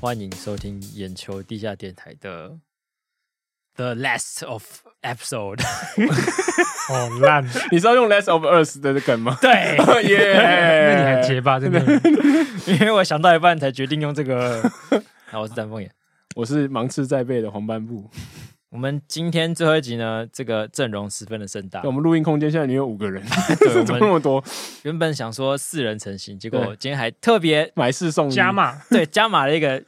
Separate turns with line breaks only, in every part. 欢迎收听眼球地下电台的 The Last of Episode。
哦，烂，
你是要用 Less of Us 的梗 吗？
对，
那你
耶
很结巴，真的。
嗯
因为我想到一半才决定用这 个。好，我是丹凤眼。
我是芒刺在背的黄斑部。
我们今天最后一集呢，这个阵容十分的盛大
我。们录音空间现在里面有五个人，
对，
怎么
我
那
们
么多？
原本想说四人成型，结果
对
今天还特 别
买四送一，
加码，
对加码了一个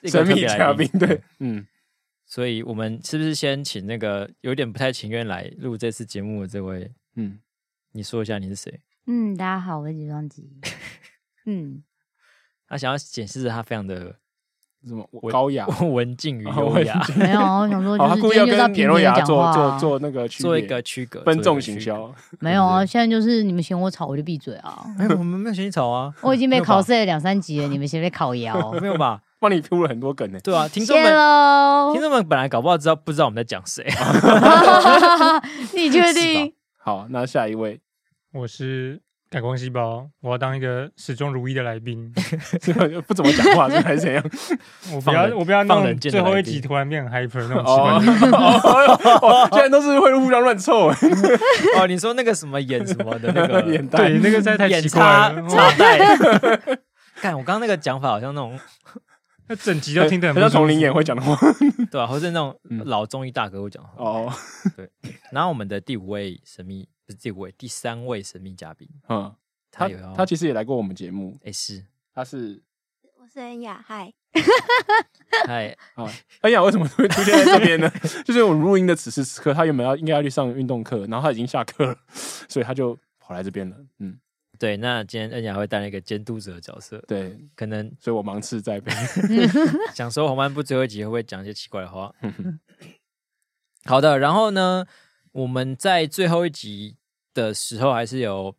一个
神
特
秘
别来
嘉
宾
宾。。对，嗯，
所以我们是不是先请那个有点不太情愿来录这次节目的这位，
嗯，
你说一下你是谁？
嗯，大家好，我是睫状肌。嗯，
他想要显示他非常的
什么
我
高雅？
文静与
啊
优雅，
没有，我想说
好，
哦就
他
是
故
今
意要
天就是
跟
要平
扁
平
肉
地
牙
讲
做
话、
做
啊。
做那个区
做一
别
个区隔，
分
做一
众
个
行
区隔。
销。
没有啊，现在就是你们嫌我吵，我就闭嘴 啊！
哎，我们没有选草 啊，
我已经
没
被
有吧，
考试了两三集了，你们先被考摇
没有吧？
帮你铺了很多梗呢。
对啊，听众
谢
们，
喽
听。众们本来搞不好知道不知道我们在讲 谁，
你确
是
定？
好，那下一位，
我是感光细胞，我要当一个始终如一的来 宾。
这个不怎么讲话，这还是怎样？
我不要，
放人
我不要
放
弄
人见的
最后
来
一
宾
集突然变很 hyper 那种奇怪
哦，
的。
哦现在都是会互相乱凑，哎
哦，你说那个什么演什么的那
眼
个
袋
对，那个实在太
演
奇怪
插
了，哇
插带。 看我刚刚那个讲法，好像那种
那整集都听得
很
很
像
不舒
丛林
服
演会讲的话。
对啊吧、或是那种
嗯
老综艺大哥会讲的话。
哦，
然后我们的第五位神秘不是第五位，第三位神秘嘉宾，
嗯，
他
他
有啊要
他其实也来过我们节目，
哎是，
他是
我是恩雅，嗨，
哎
啊，哎呀，为什么会出现在这边呢？ 就是我录音的此时此刻，他原本要应该要去上运动课，然后他已经下课了，所以他就跑来这边了。嗯，
对，那今天恩雅会担任一个监督者的角色，
对，
可能
所以我芒刺在背。
想说黄斑部最后一集会不会讲一些奇怪的话？好的，然后呢，我们在最后一集的时候还是有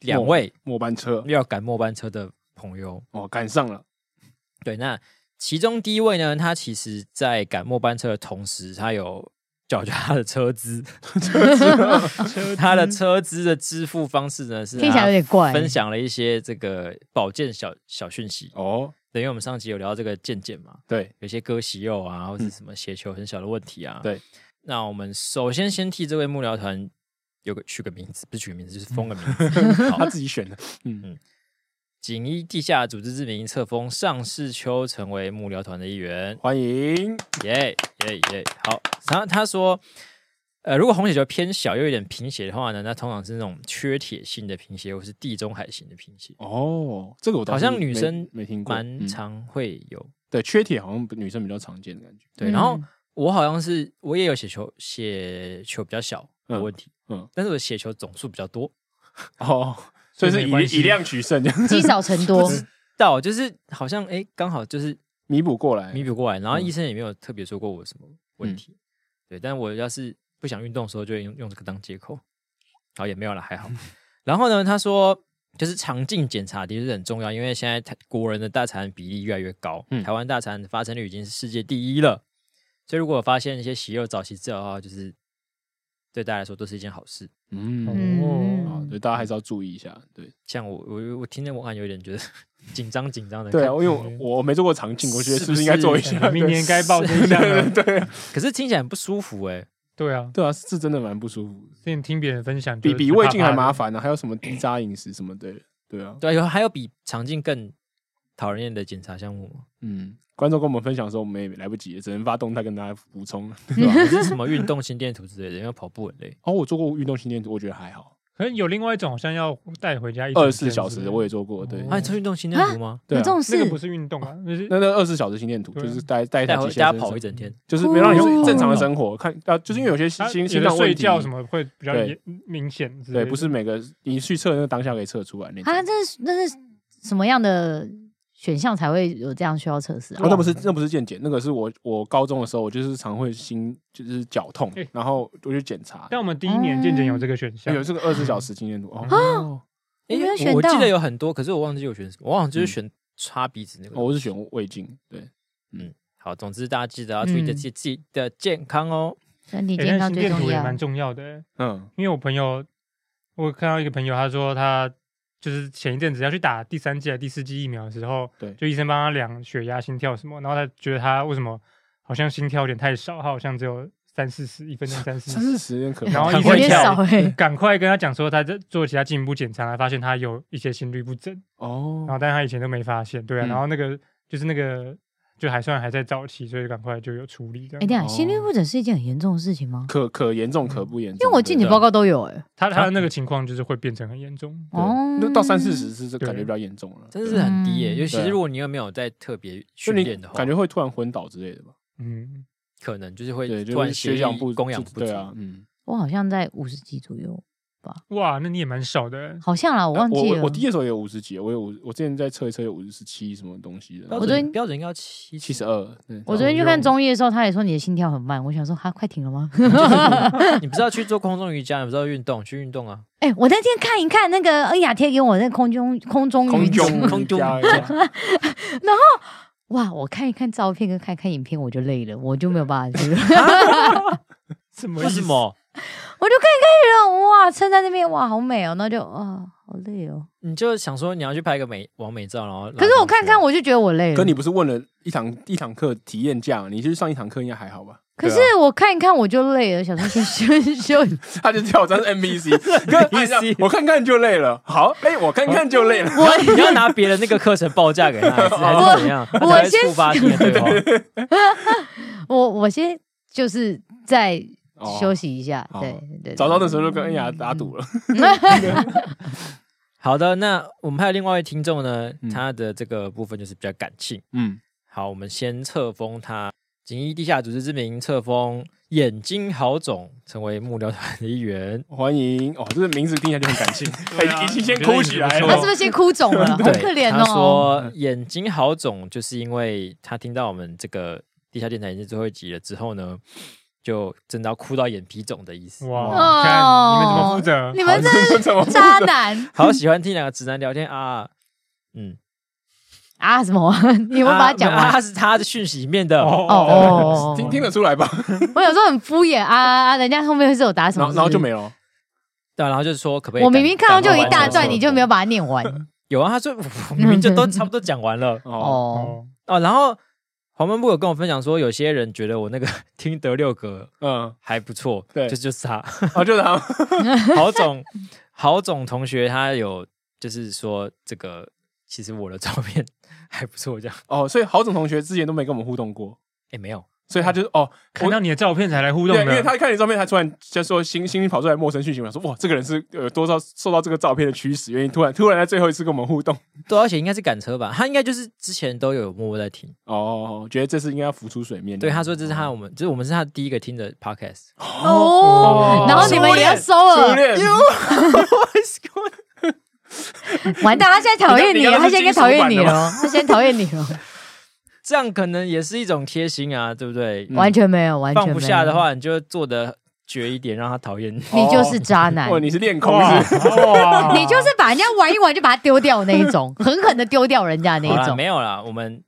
两位
末班车，
要赶末班车的朋友。
哦，赶上了，
对，那其中第一位呢，他其实在赶末班车的同时，他有缴交他的车资， 他的车资的支付方式呢是
听起来有点
他
怪。
分享了一些这个保健小小讯息。
哦，
等于我们上集有聊到这个健健嘛，
对，
有些割席肉啊，或者什么鞋球很小的问题啊。
嗯对，
那我们首先先替这位幕僚团有个取个名字，不是取个名字，就是封个名字。 好
他，自己选的，嗯，
锦衣地下组织之名册封上世秋成为幕僚团的一员，
欢迎，
耶耶耶！好，然后他说。呃，如果红血球偏小又有点贫血的话呢，那通常是那种缺铁性的贫血，或是地中海型的贫血，
哦，这个我倒
好
是
像女
没
生
没听过，
蛮
嗯
常会有。
对，缺铁好像女生比较常见的感觉，
对，然后
嗯
我好像是我也有血球血球比较小的
嗯
问题，嗯，
嗯
但是我的血球总数比较多，
哦，所以
所
是
以没
以
关系
以量取胜，这样
积少成多，
到就是好像哎刚好就是
弥补过来，
弥补过来，然后
嗯
医生也没有特别说过我什么问题，对，但我要是不想运动的时候，就会用用这个当借口，好也没有了，还
嗯
好。 然后呢，他说。就是肠镜检查的确是很重要，因为现在台国人的大肠比例越来越高，
嗯
台湾大肠的发生率已经是世界第一了。所以如果有发现一些息肉早期治疗的话，就是对大家来说都是一件好事。
嗯，好，
嗯
所以，大家还是要注意一下，对。
像我我我听那文案有点觉得 紧张紧张的。
对啊，
看
因为我
嗯
我 我没做过长镜，我觉得
是不
是不是应该
是
做一
感
下
觉？
哎明年该报真相 了。
可是听起来很不舒服哎、
对啊，
对啊，是真的蛮不舒服的，
之前听别人分享就
比
是
比
怕
胃镜
怕
还
的
麻。烦呢、啊还有什么低渣饮食什么的，对啊，
对啊，有还有比肠镜更讨人厌的检查项目吗？
嗯，观众跟我们分享的时候，我们也来不及了，只能发动态跟大家补充了。
对吧、还是什么运动心电图之类的，因为跑步很累。
哦，我做过运动心电图，我觉得还好，
可能有另外一种，好像要带回家一整
二十四
天
小
之
时
类
的
的
我也做过，对
哦，
啊，你做运动心电图吗？
对
有
啊
这，种
那
事
个不是运动啊，那是
哦那那二十小时心电图就是带带
带
他
回
机械
大家
身
跑
上
一整天，
就是没有让你
哦
正正常的生活，看啊，就是因为有些
他
心
有
心
的
脏问
睡
题，
觉什么会比较
对
严明显之类
对，
的，
不是每个你去测那个当下可以测出来那种。
啊，这是那是什么样的选项才会有这样需要测试啊
哦，？那不是那不是健检，那个是我我高中的时候，我就是常会心就是绞痛
哎，
然后我去检查，
但我们第一年健检有这嗯个选项
哦有，这个二十小时经验度哦，
我没有
诶
选
我
到
记得有很多，可是我忘记我选什么，我好像就是
啊嗯
选擦鼻子那个。
哦，我是选胃镜，对，
好，总之大家记得要注意的
嗯
自自己的健康哦。
身体
诶但
健康
哎心
最
电
重
图也
要
蛮。重要的欸。
嗯，
因为我朋友，我看到一个朋友，他说他就是前一阵子要去打第三剂还是第四剂疫苗的时候，
对
就医生帮他量血压、心跳什么，然后他觉得他为什么好像心跳有点太少，他好像只有三四十，一分钟三四
三
十。
四十有点可怕。
然后
很
医
会
生
有点
叫
少 哎，
赶快跟他讲说，他在做其他进一步检查，他发现他有一些心律不整，然
哦，
后但是他以前都没发现，对啊，
嗯
然后那个就是那个就还算还在早期，所以赶快就有处理这
哎，
样。
等一下
哦
心律不整是一件很严重的事情吗？
可可严
嗯
重可不严重？
因为我健检
对
报告都有哎、
他他的那个情况就是会变成很严重，
对
哦，
那到三四十是感觉比较严重了，
真的是很低耶、
嗯
尤其是
对啊
如果你又没有在特别
就
训
你
练的话，
感觉会突然昏倒之类的吧？
嗯，
可能就是会
对，
突
就是
然血
血
液
氧不
供氧
就
不足。
对啊，嗯，
我好像在五十几左右，
哇，那你也蛮少的，
好像啦，我忘记
呃我
了。
我低的时候也有五十几，我有五我之前在测一测有五十七什么东西的，
标
我昨天
准标准应该要七
七十，二，对
我昨天去看中医的时候，他也说你的心跳很慢，我想说哈，快停了吗？
你不是要去做空中瑜伽，你不是要运动，去运动啊。
哎、我那天看一看那个恩雅贴给我那空中 空中瑜
空
伽
中
空中
加一下
哇，我看一看照片跟看一看影片我就累了，我就没有办法去了。
什么
为
意思
什？么？
我就看一看觉得哇，撑在那边哇，好美哦，那就啊，好累哦。
你就想说你要去拍个美完美照，然后
可是我看看
我，
我就觉得我累了。
啊可你不是问了一堂一堂课体验价，你去上一堂课应该还好吧？
可是
对
我看一看我就累了，想说先 休息休息。
啊他就叫我当 NPC，跟他一样我看看就累了。好，哎，我看看就累了。
你要你要拿别人那个课程报价给他，还是还是怎么样？
我
才会
先
触发你的对话。
我我先就是在
哦
休息一下，
哦
对对，
早
对
到的时候就跟恩雅打赌了，
好的，那我们还有另外一位听众呢
嗯，
他的这个部分就是比较感性。
嗯，
好，我们先册封他，锦衣地下组织之名册封眼睛好肿，成为幕僚团的一员。
欢迎哦，这个名字听起来就很感性，哎
对啊
已经先哭起来
他
我觉得
是不
了。
是先哭肿了？ 好
对，
可怜
他
哦。
说眼睛好肿，就是因为他听到我们这个地下电台已经是最后一集了之后呢，就真的要哭到眼皮肿的意思。
哇，看你们怎
哦
么负责？
你们这
们怎么
是渣男
好喜欢听两个直男聊天啊，嗯，
啊？什么？ 你
你
们把它讲
啊
完？
他是他的讯息里面的。
哦哦，
听听得出来吧？
我有时候很敷衍啊啊啊！人家后面是有答什
然
么
后
字，
然后就没了。
对啊，然后就是说可不可以
我
赶？
明明看到就有
赶
一
快
大
完成
段，
这
你
个
就没有把它念完
有啊？他说 我明明就都差不多讲完了
哦，
哦。
哦，
哦。然后黄文部有跟我分享说，有些人觉得我那个 听得六格
嗯，
还不错，
对
这就是他。
哦，就是他们，
郝 总，郝总同学他有就是说这个，其实我的照片还不错，这样。
哦，所以郝总同学之前都没跟我们互动过，
哎，没有，
所以他就是哦，
看到你的照片才来互动
对，
的，
因为他看你照片，他突然就说心心里跑出来陌生讯息，我想说哇，这个人是有多少受到这个照片的驱使，愿意突然突然在最后一次跟我们互动。
对，啊而且应该是赶车吧，他应该就是之前都有默默在听。
哦，觉得这次应该要浮出水面。
对，他说这是他我们，就是我们是他第一个听的 podcast。
哦，然后你们也要收
初
了，
恋，
完蛋！他现在讨厌
你
你，
刚刚
他
是
现在应该讨厌你
金属版
了，他现在讨厌你了，
这样可能也是一种贴心啊，对不对？
嗯
完全没有，完全
放
没有
不下的，话，你就做的绝一点，让他讨厌你。
你就是渣男
哇，，哦你是恋空
哇
是不是？
哇，
你就是把人家玩一玩就把他丢掉那一种，狠狠的丢掉人 家那
好
一
啦，
种。
没有啦，我们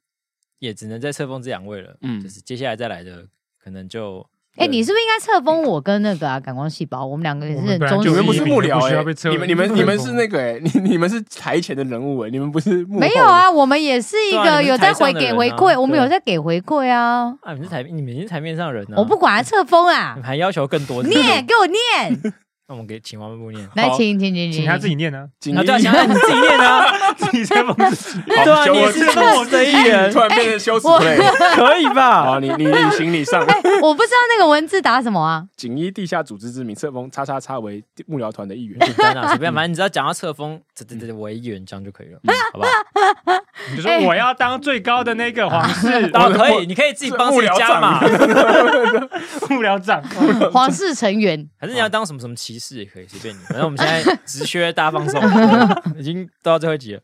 也只能再册封这两位了。
嗯
就是接下来再来的，可能就
哎，你是不是应该册封我跟那个啊感光细胞？我们两个也是很忠
我
你
实
们
本
不
来
是
就
幕
不
僚
需要被
哎，
测
你们你们你们是
不
那个哎，你你们是台前的人物哎，你们不是幕后的
没有？啊，我们也是一
对啊
个
你们
有在
台上
回
的
给
人
回
啊
馈，我们
对
有在给回馈啊。
啊，你是台，你们是台面上人呢、
我不，管他册封 啊
你们，还要求更 多。
念给我念，
那我们给请王文部 念。
来
好
请请请
请他自己念啊，
锦
啊，
衣
对啊，想让你自己念啊，
你在帮自己，
好
对啊，
羞
你也是
我
我的一员
突，然变成羞耻
哎我哎
play。
可以吧？
好，你你你行李上，
我不知道那个文字打什 么啊，
锦衣地下组织之名，册封叉叉叉为幕僚团的一员。
真的随
嗯
便，反正你只要讲到册封，这这这我一员这样就可以了，好不好？
你就
哎
说我要当最高的那个皇 室
然后哦可以，你可以自己帮自己加嘛，
幕僚 长，
皇室成员。
还是你要当什么什么骑士也可以，随便你。反正我们现在直缺大放 送，已经到最后一集了。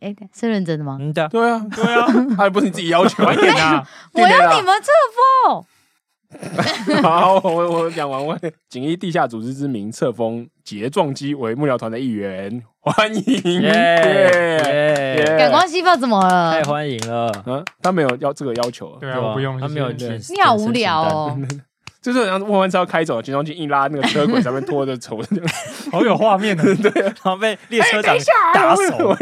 哎，是认真的吗？
嗯，对啊，
对 啊，
对啊，
还不是你自己要求。
晚点啊，
我要你们册封。
好，我我讲完我锦衣地下组织之名，册封睫状肌为幕僚团的一员，欢迎。嗯耶
耶
啊
耶，
感光细胞怎么了
太？欢迎了。
嗯，他没有要这个要求啊，
对
对
啊，
吧
我不用，
他没有
谢谢
人，
你好无聊哦。
就是然后万万车要开走，减重机一拉，那个车轨上面拖着头，这样
好有画 面啊！
然后被列车长
哎
打手。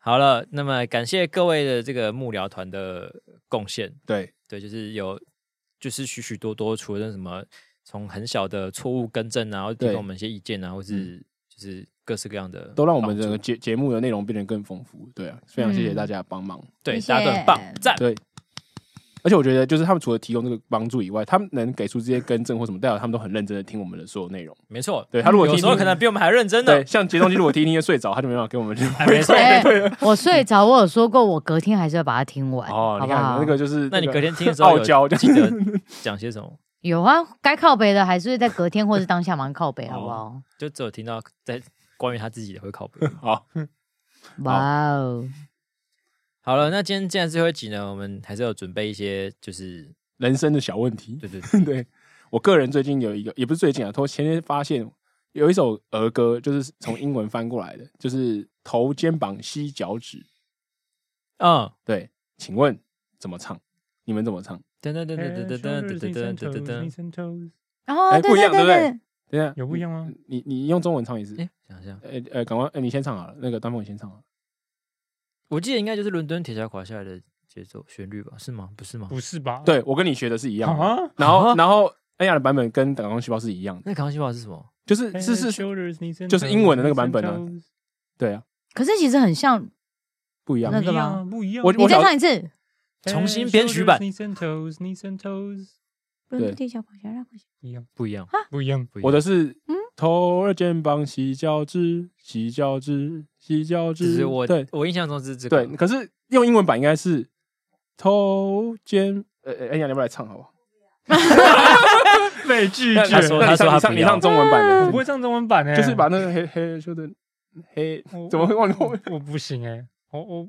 好了，那么感谢各位的这个幕僚团的贡献，
对，
对，就是有就是许许多多，除了那什么从很小的错误更正啊，然后提
对
供我们一些意见啊，或是就是各式各样的帮助，
都让我们整个节节目的内容变得更丰富。对啊，非常谢谢大家的帮忙。
对
谢谢
大家都很棒，赞。
对，而且我觉得就是他们除了提供这个帮助以外，他们能给出这些更正或什么，代表他们都很认真的听我们的所有内容。
没错，
对他如果
有
听
时候可能比我们还认真呢
对，。像节奏机，如果听一听就睡着，他就没办法给我们。
哎没错，
哎，我睡着，我有说过，我隔天还是要把它听完，
哦，
好
你
不
看
好？
那个就是
那你隔天听的时候
傲
有
娇这
记
样
得讲些什么？
有啊，该靠北的还是会在隔天或者当下忙靠
哦
北，好不好？
就只有听到在关于他自己的会考背。
好，
哇哦，
好了，那今天既然最后一集呢，我们还是有准备一些，就是
人生的小问题。
对对对，
对我个人最近有一个，也不是最近啊，我前天发现有一首儿歌，就是从英文翻过来的，就是头肩膀膝脚趾。
嗯，
对，请问怎么唱？你们怎么唱？
噔噔
哎
噔噔噔噔噔噔噔噔噔噔，
噔，
哦
哎，
对
不一
对
样对
对
不对
对，
等一下
有不一样吗？
你你用中文唱一次。
哎，想一下，
呃呃，赶快，呃你先唱好了。那个端凤，你先唱好了。
我记得应该就是伦敦铁桥垮下来的节奏旋律吧？是吗？不是吗？
不是吧？
对我跟你学的是一样的。
啊，
然后
啊
然后恩雅的版本跟打工细胞是一样的，
那卡通细胞是什么？
就是是是，
是
就是英文的那个版本啊对啊，
可是其实很像，
不一样
那。
不
个
一
吗
样，不一样。
我
你再
小
唱一次，
重新编曲版
Head, shoulders, knees and toes, knees and toes，
伦
对
敦地下广场，
不一样，
不一样，
不一样。
不一样
我的是
嗯
头儿肩膀洗脚趾，洗脚趾，洗脚
只
趾。
是我
对
我印象中是这个
对，，可是用英文版应该是头肩。呃，呃恩雅，你要不要来唱好不好？
被拒
那
他说
那
他
你
说他
唱你唱
不
你
要
唱中文
我
版
不会唱中文版
的，
诶，
就是把那个黑黑说的黑
我
怎么会忘记
我我不行诶，我我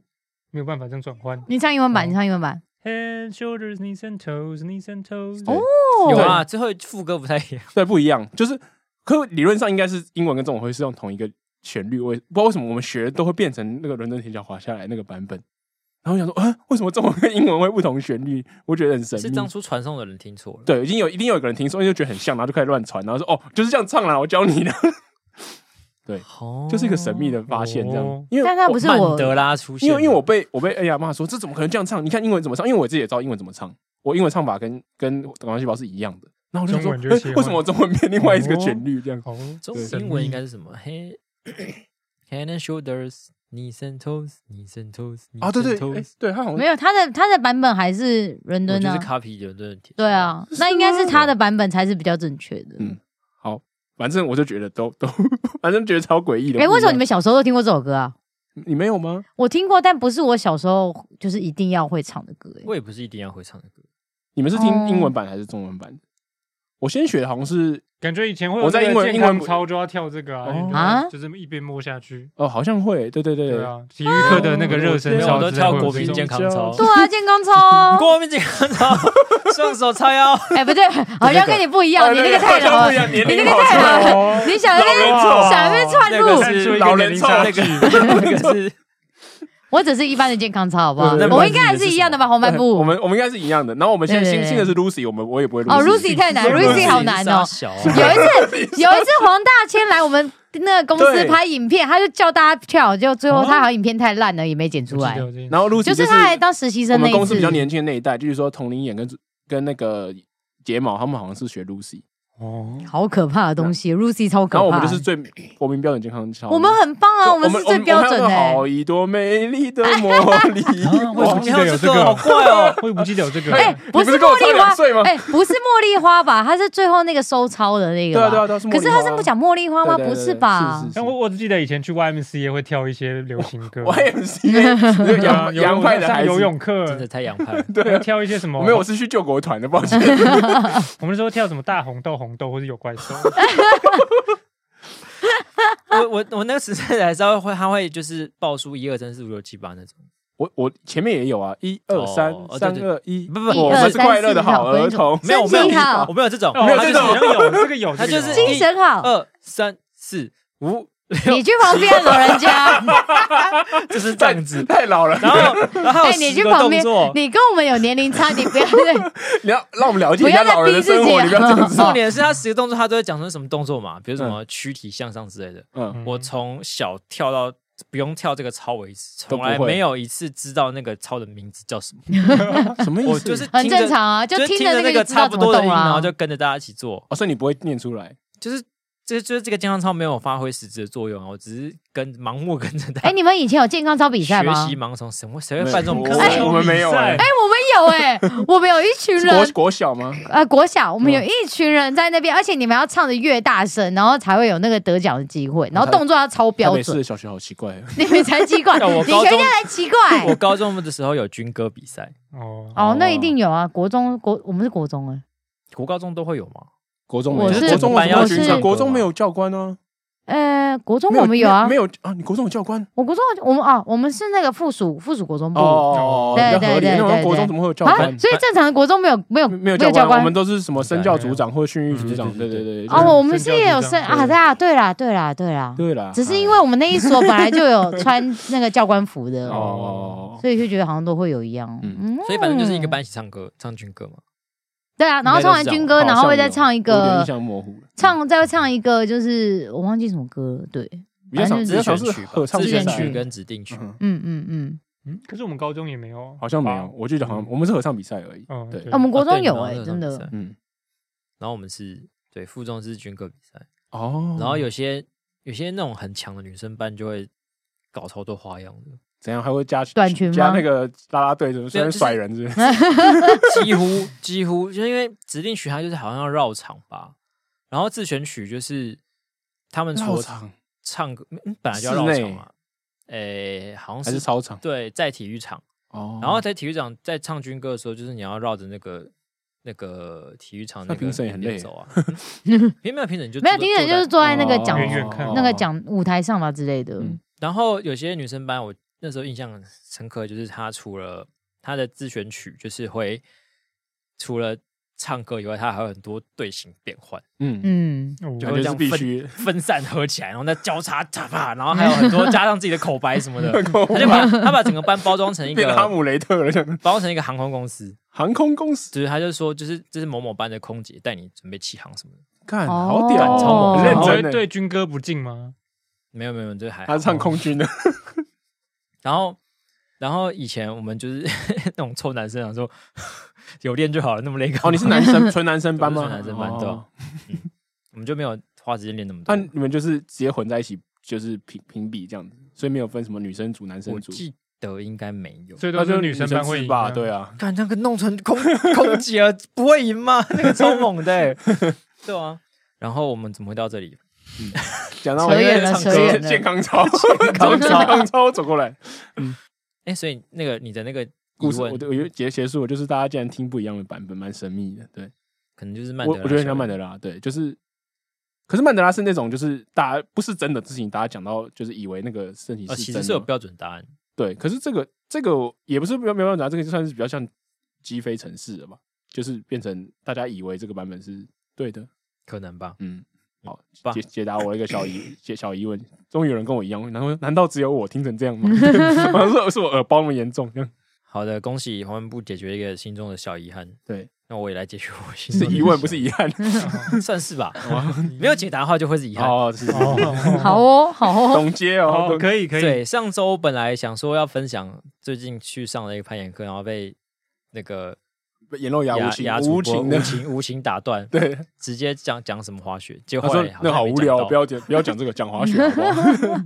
没有办法这样转换。
你唱英文版，
哦
你唱英文版，
Head, shoulders, knees and toes, knees and toes。
对
有
哦，
啊，最后副歌不太一样，
对，不一样，就是可理论上应该是英文跟中文会是用同一个旋律，我也不知道为什么我们学的都会变成那个伦敦铁桥滑下来那个版本。然后我想说，啊，为什么中文跟英文会不同旋律？我觉得很神
是
秘
当。初传送的人听错了。
对，已经有一定有一个人听说，因为就觉得很像，然后就开始乱传，然后说哦，就是这样唱啦，我教你的，
哦
就是一个神秘的发现，这
哦
样。因为
但他不
我
是
曼
我，
德拉出现
因
了，
为因为我被我被哎呀妈说这怎么可能这样唱？你看英文怎么唱？因为我自己也知道英文怎么唱，我英文唱法跟跟港湾细胞是一样的。然后我就想
中
说，
文就
哎
切换
为什么中文变另外一
哦
个旋律这样？
好，
中
对
英文应该是什么？Head
嗯
head and shoulders, knees and toes, knees and toes, knees
啊，对对
and，
哎
toes。
对，他好像
没有他的他的版本还是伦
我
敦
就是哦
啊，
copy 伦敦的铁。
对，啊，那应该是他的版本才是比较正确的。
嗯反正我就觉得都都， 反正觉得超诡异的。
哎，为什么你
不一
们小时候都听过这首歌啊？
样你没有吗？
我听过，但不是我小时候就是一定要会唱的歌。哎
我也不是一定要会唱的歌。
你们是听
哦
英文版还是中文版的？我先学的好像是
感觉以前会有
我在
那个
英文
健
英文
康操就要跳这个
哦
啊，
啊
就是就是一边摸下去。
哦，好像会，对对对
对，啊，体育课的那个热身
哦啊我
操
都
之类
跳
会有
国
这
民
种
健康操，
对啊，健康操啊。
国民健康 操，双手叉腰。
哎，不对，好像跟你不一样，你那个太
好
老
不一
了，
样，年
你那
龄
个
跑出
太
来
老
了。
了，你想在那边
老人
想在那边
那
串
个
路。
是
看出一个
老
年
人
龄
差
差
那
距
个那个 是
我只是一般的健康操，好不好
对对？对
我们应该还是一样的吧，红
对
白布
我。们我们应该是一样的。然后我们现在
对对
新
对
新的是 Lucy，我们我也不会
哦，Lucy 太难，Lucy 好难哦。
小啊
有一次， 有一次黄大千来我们那个公司
对
拍影片，他就叫大家跳，结果最后他好像影片太烂了，也没剪出
我记
来
得。有这件事
然后 Lucy
就是
是
他还当实习
我
生那
们
一
公司
次
比较，年轻的那一代，就是说同龄眼跟跟那个睫毛，他们好像是学 Lucy，
哦，
好可怕的东西，Lucy 超可
然后
怕。
我们就是最国民标准健康操。
我们很棒啊，
对
我们是最
我
标准
我
的
们
欸
还有。好一朵美丽 的茉莉
啊为什
花
么。
你还有这
我记得有这个
个好怪哦。
我也不记得有这个。
哎、不
你不是跟我
茉
差
莉
两
花
岁吗，
哎、不是茉莉花吧？它是最后那个收抄的那个
对啊
吧。
对啊，对啊是茉莉
可是他
花
是不讲茉莉花吗？
对对对
不吧？
是是
哎
但我我只记得以前去 YMCA 会跳一些流行歌，
我 M C 洋
游
洋派的
上
孩子啊
游，泳课
真的太洋派了。
会跳一些什么？
我没有，我是去救国团的，抱 歉。
我们那时候跳什么大红豆红豆，或者有怪 兽。
我我我那个时代还是要会，他会就是报数一二三四五六七八那种。
我我前面也有啊，一二三
哦对
三
对
二一，
不不不
我
一
们
二
是
三
快乐的
四
好
好
儿童，
没有
身
没
体
有
好
我没有这种，
哦
啊没有这
他
种
就是
好像有这个有，
哎
他
这
就
个
是
有
精神好，
二三四五
你去旁边老 人家，
就是这样子。
太老了。
然后， 然后还
哎、
有
你
十
去
个
旁
动
边
作，。
你跟我们有年龄差，你不要 再
你要让我们了解
不
一下
要再
老人的
逼自己
生
啊
活，你不要这样子。
重点是他十个动作，他都会讲成什么动作嘛？比如什么躯体向上之类的。
嗯，
我从小跳到不用跳这个操为止，从
都不
来
会
没有一次知道那个操的名字叫什 么。
什么意思？
我就是
很
听着
正常啊，
就是
听
听
着
着那
个
个
就知道
差
怎
不多
么
的
动啊
音，
啦、
然后就跟着大家一起做。
哦，所以你不会念出来。
就是这就是这个健康操没有发挥实质的作用啊，我只是跟盲目跟着大
哎、
家
你们以前有健康操比赛
学
吗？
习盲从，什么谁会犯这种啊
没
可
有
恶的
我我们没有哎
哎
哎、，我们有哎、我们有一群人
国嗯国小吗？
呃，国小我们有一群人在那边，而且你们要唱的越大声，然后才会有那个得奖的机会，然后动作要超
台
标
北市
准。
的小学好奇怪。哦
你们才奇 怪，
那我
你
高
学
中
校才奇哎怪。
我高中的时候有军歌比赛，
哦，
哦，那一定有啊，国中国我们是国中哎，
国高中都会有嘛。
国中没有，
我是
国中
我是
有军
我
长，
是
国中没有教官哦。
呃，国中
没
我们有啊
没，有啊？你国中有教官
我国中我们啊，我们是那个附属附属国中部啊，
哦，
对
比较合理。
对对
那我们
对
国中
对
怎么会有教官？
所以正常的国中没有没有
没有
教
官，我
官
们都是什么身教组长或者训育组长。
嗯
对
对
对
对
对，
哦，我们是也有
身
升
教
啊，对啊，对啦，对啦，对啦，
对啊啦。哎
只是因为我们那一所本来就有穿那个教官服的，
哦，
所以就觉得好像都会有一样，
嗯
嗯，
所以反正就是一个班一起唱歌，唱军歌嘛。
对啊，然后唱完军歌，然后会再唱一
有点印
个，
象模糊了。
唱再唱一个，就是我忘记什么歌了，对，
比较少，
反正
比较
就
自
少
选
是
曲吧
合唱
自选
比赛啊
曲跟指定曲。
嗯
嗯嗯嗯，
嗯可是我们高中也没有，
好像没有，，我记得好像我们是合唱比赛而已。
哦，
对
啊我们国
啊对
中有
然后
哎
那个
真的
比赛
嗯，
然后我们是对附中是军歌比赛，
哦，
然后有些有些那种很强的女生班就会搞超多花样的。
怎样还会加
短裙吗嗯
加那个啦啦队，怎么
对
先
就是
甩人是不是？
几乎几乎就是因为指定曲，它就是好像要绕场吧。然后自选曲就是他们除
操
了
场
唱歌，嗯，本来就要绕
室
场
内
嘛。诶、好像
还
是
是操场？
对，在体育场。
哦
然后在体育场在唱军歌的时候，就是你要绕着那个那个体育场那
那
个
评审也很
里面
累
走 啊。没有没有评审，你就
没
坐在
有听
坐
着就
在
是坐在那个
哦
讲
远远看
那个讲舞台上吧之类的，
嗯
然后有些女生班，我那时候印象很深刻，就是她除了她的自选曲，就是会除了唱歌以外，她还有很多队形变换，
嗯，
嗯，
就
哦
感
会这
觉是
样
必
分
须
分散合起来，然后再交叉啪啪，然后还有很多加上自己的口白什
嗯
么的， 她就把她把整个班包装成一
变
个
哈姆雷特了，这样
包装成一个航空公司，
航空公司
就是她就说，就是这是某某班的空姐带你准备起航什么的，
干
哦
好屌
干超
哦，
猛
很
然后
认
会
真
对
的，
军歌不敬吗？
没有没有，这还好
他是唱空军的，
然后，然后以前我们就是 那种臭男生，想啊说 有练就好了，那么累干嘛
哦，你是男生，纯男生班吗？
我是纯男生班
哦
对啊我们就没有花时间练那么多
那。啊你们就是直接混在一起，就是评评比这样子，所以没有分什么女生组、男生
我
组，
记得应该没有。
所以
那
都
就是
女生班会
制
赢
吧？
啊
对啊，
看那个弄成空空姐了，不会赢吗？那个超猛的、 欸，对啊。然后我们怎么会到这里？
讲到
扯远了
健
扯远了
健康操，
康操
从健康操走过来。
哎、所以那个你的那个疑
故事，我
问，
我觉得结结束，就是大家竟然听不一样的版本，蛮神秘的。对，
可能就是曼
我
德
我
拉
觉得很像
效
曼
应
德拉，对，就是，可是曼德拉是那种就是大家不是真的事情，大家讲到就是以为那个事情
呃，
是
其
真
实是有
的嘛，
标准答案，
对。可是这个这个我也不是没有没有办法，这个就算是比较像击飞城市了吧，就是变成大家以为这个版本是对的，
可能吧？
嗯。好，
棒
解解答我一个 小疑解小疑问，终于有人跟我一样，然后难道只有我听成这 样吗？好像是是我耳包那么严重，这样
好的，恭喜黄文部解决一个心中的小遗憾。
对，
那我也来解决我心
是
中的
疑问不是遗憾。
憾，算是 吧。没有解答的话就会是遗憾。
哦，是是是
哦，
好哦，好哦，
总结 哦，
哦，
总
可以可以，
对，上周本来想说要分享最近去上了一个攀岩课，然后被那个
眼露牙无
牙
情
牙，主播
无
无
情的，
情无情打断，
对，
直接讲讲什么滑雪，结果
他
后
说
来
那
像
好
没
无
讲
聊，哦
到
不要讲不要讲这个，讲滑雪好不 好？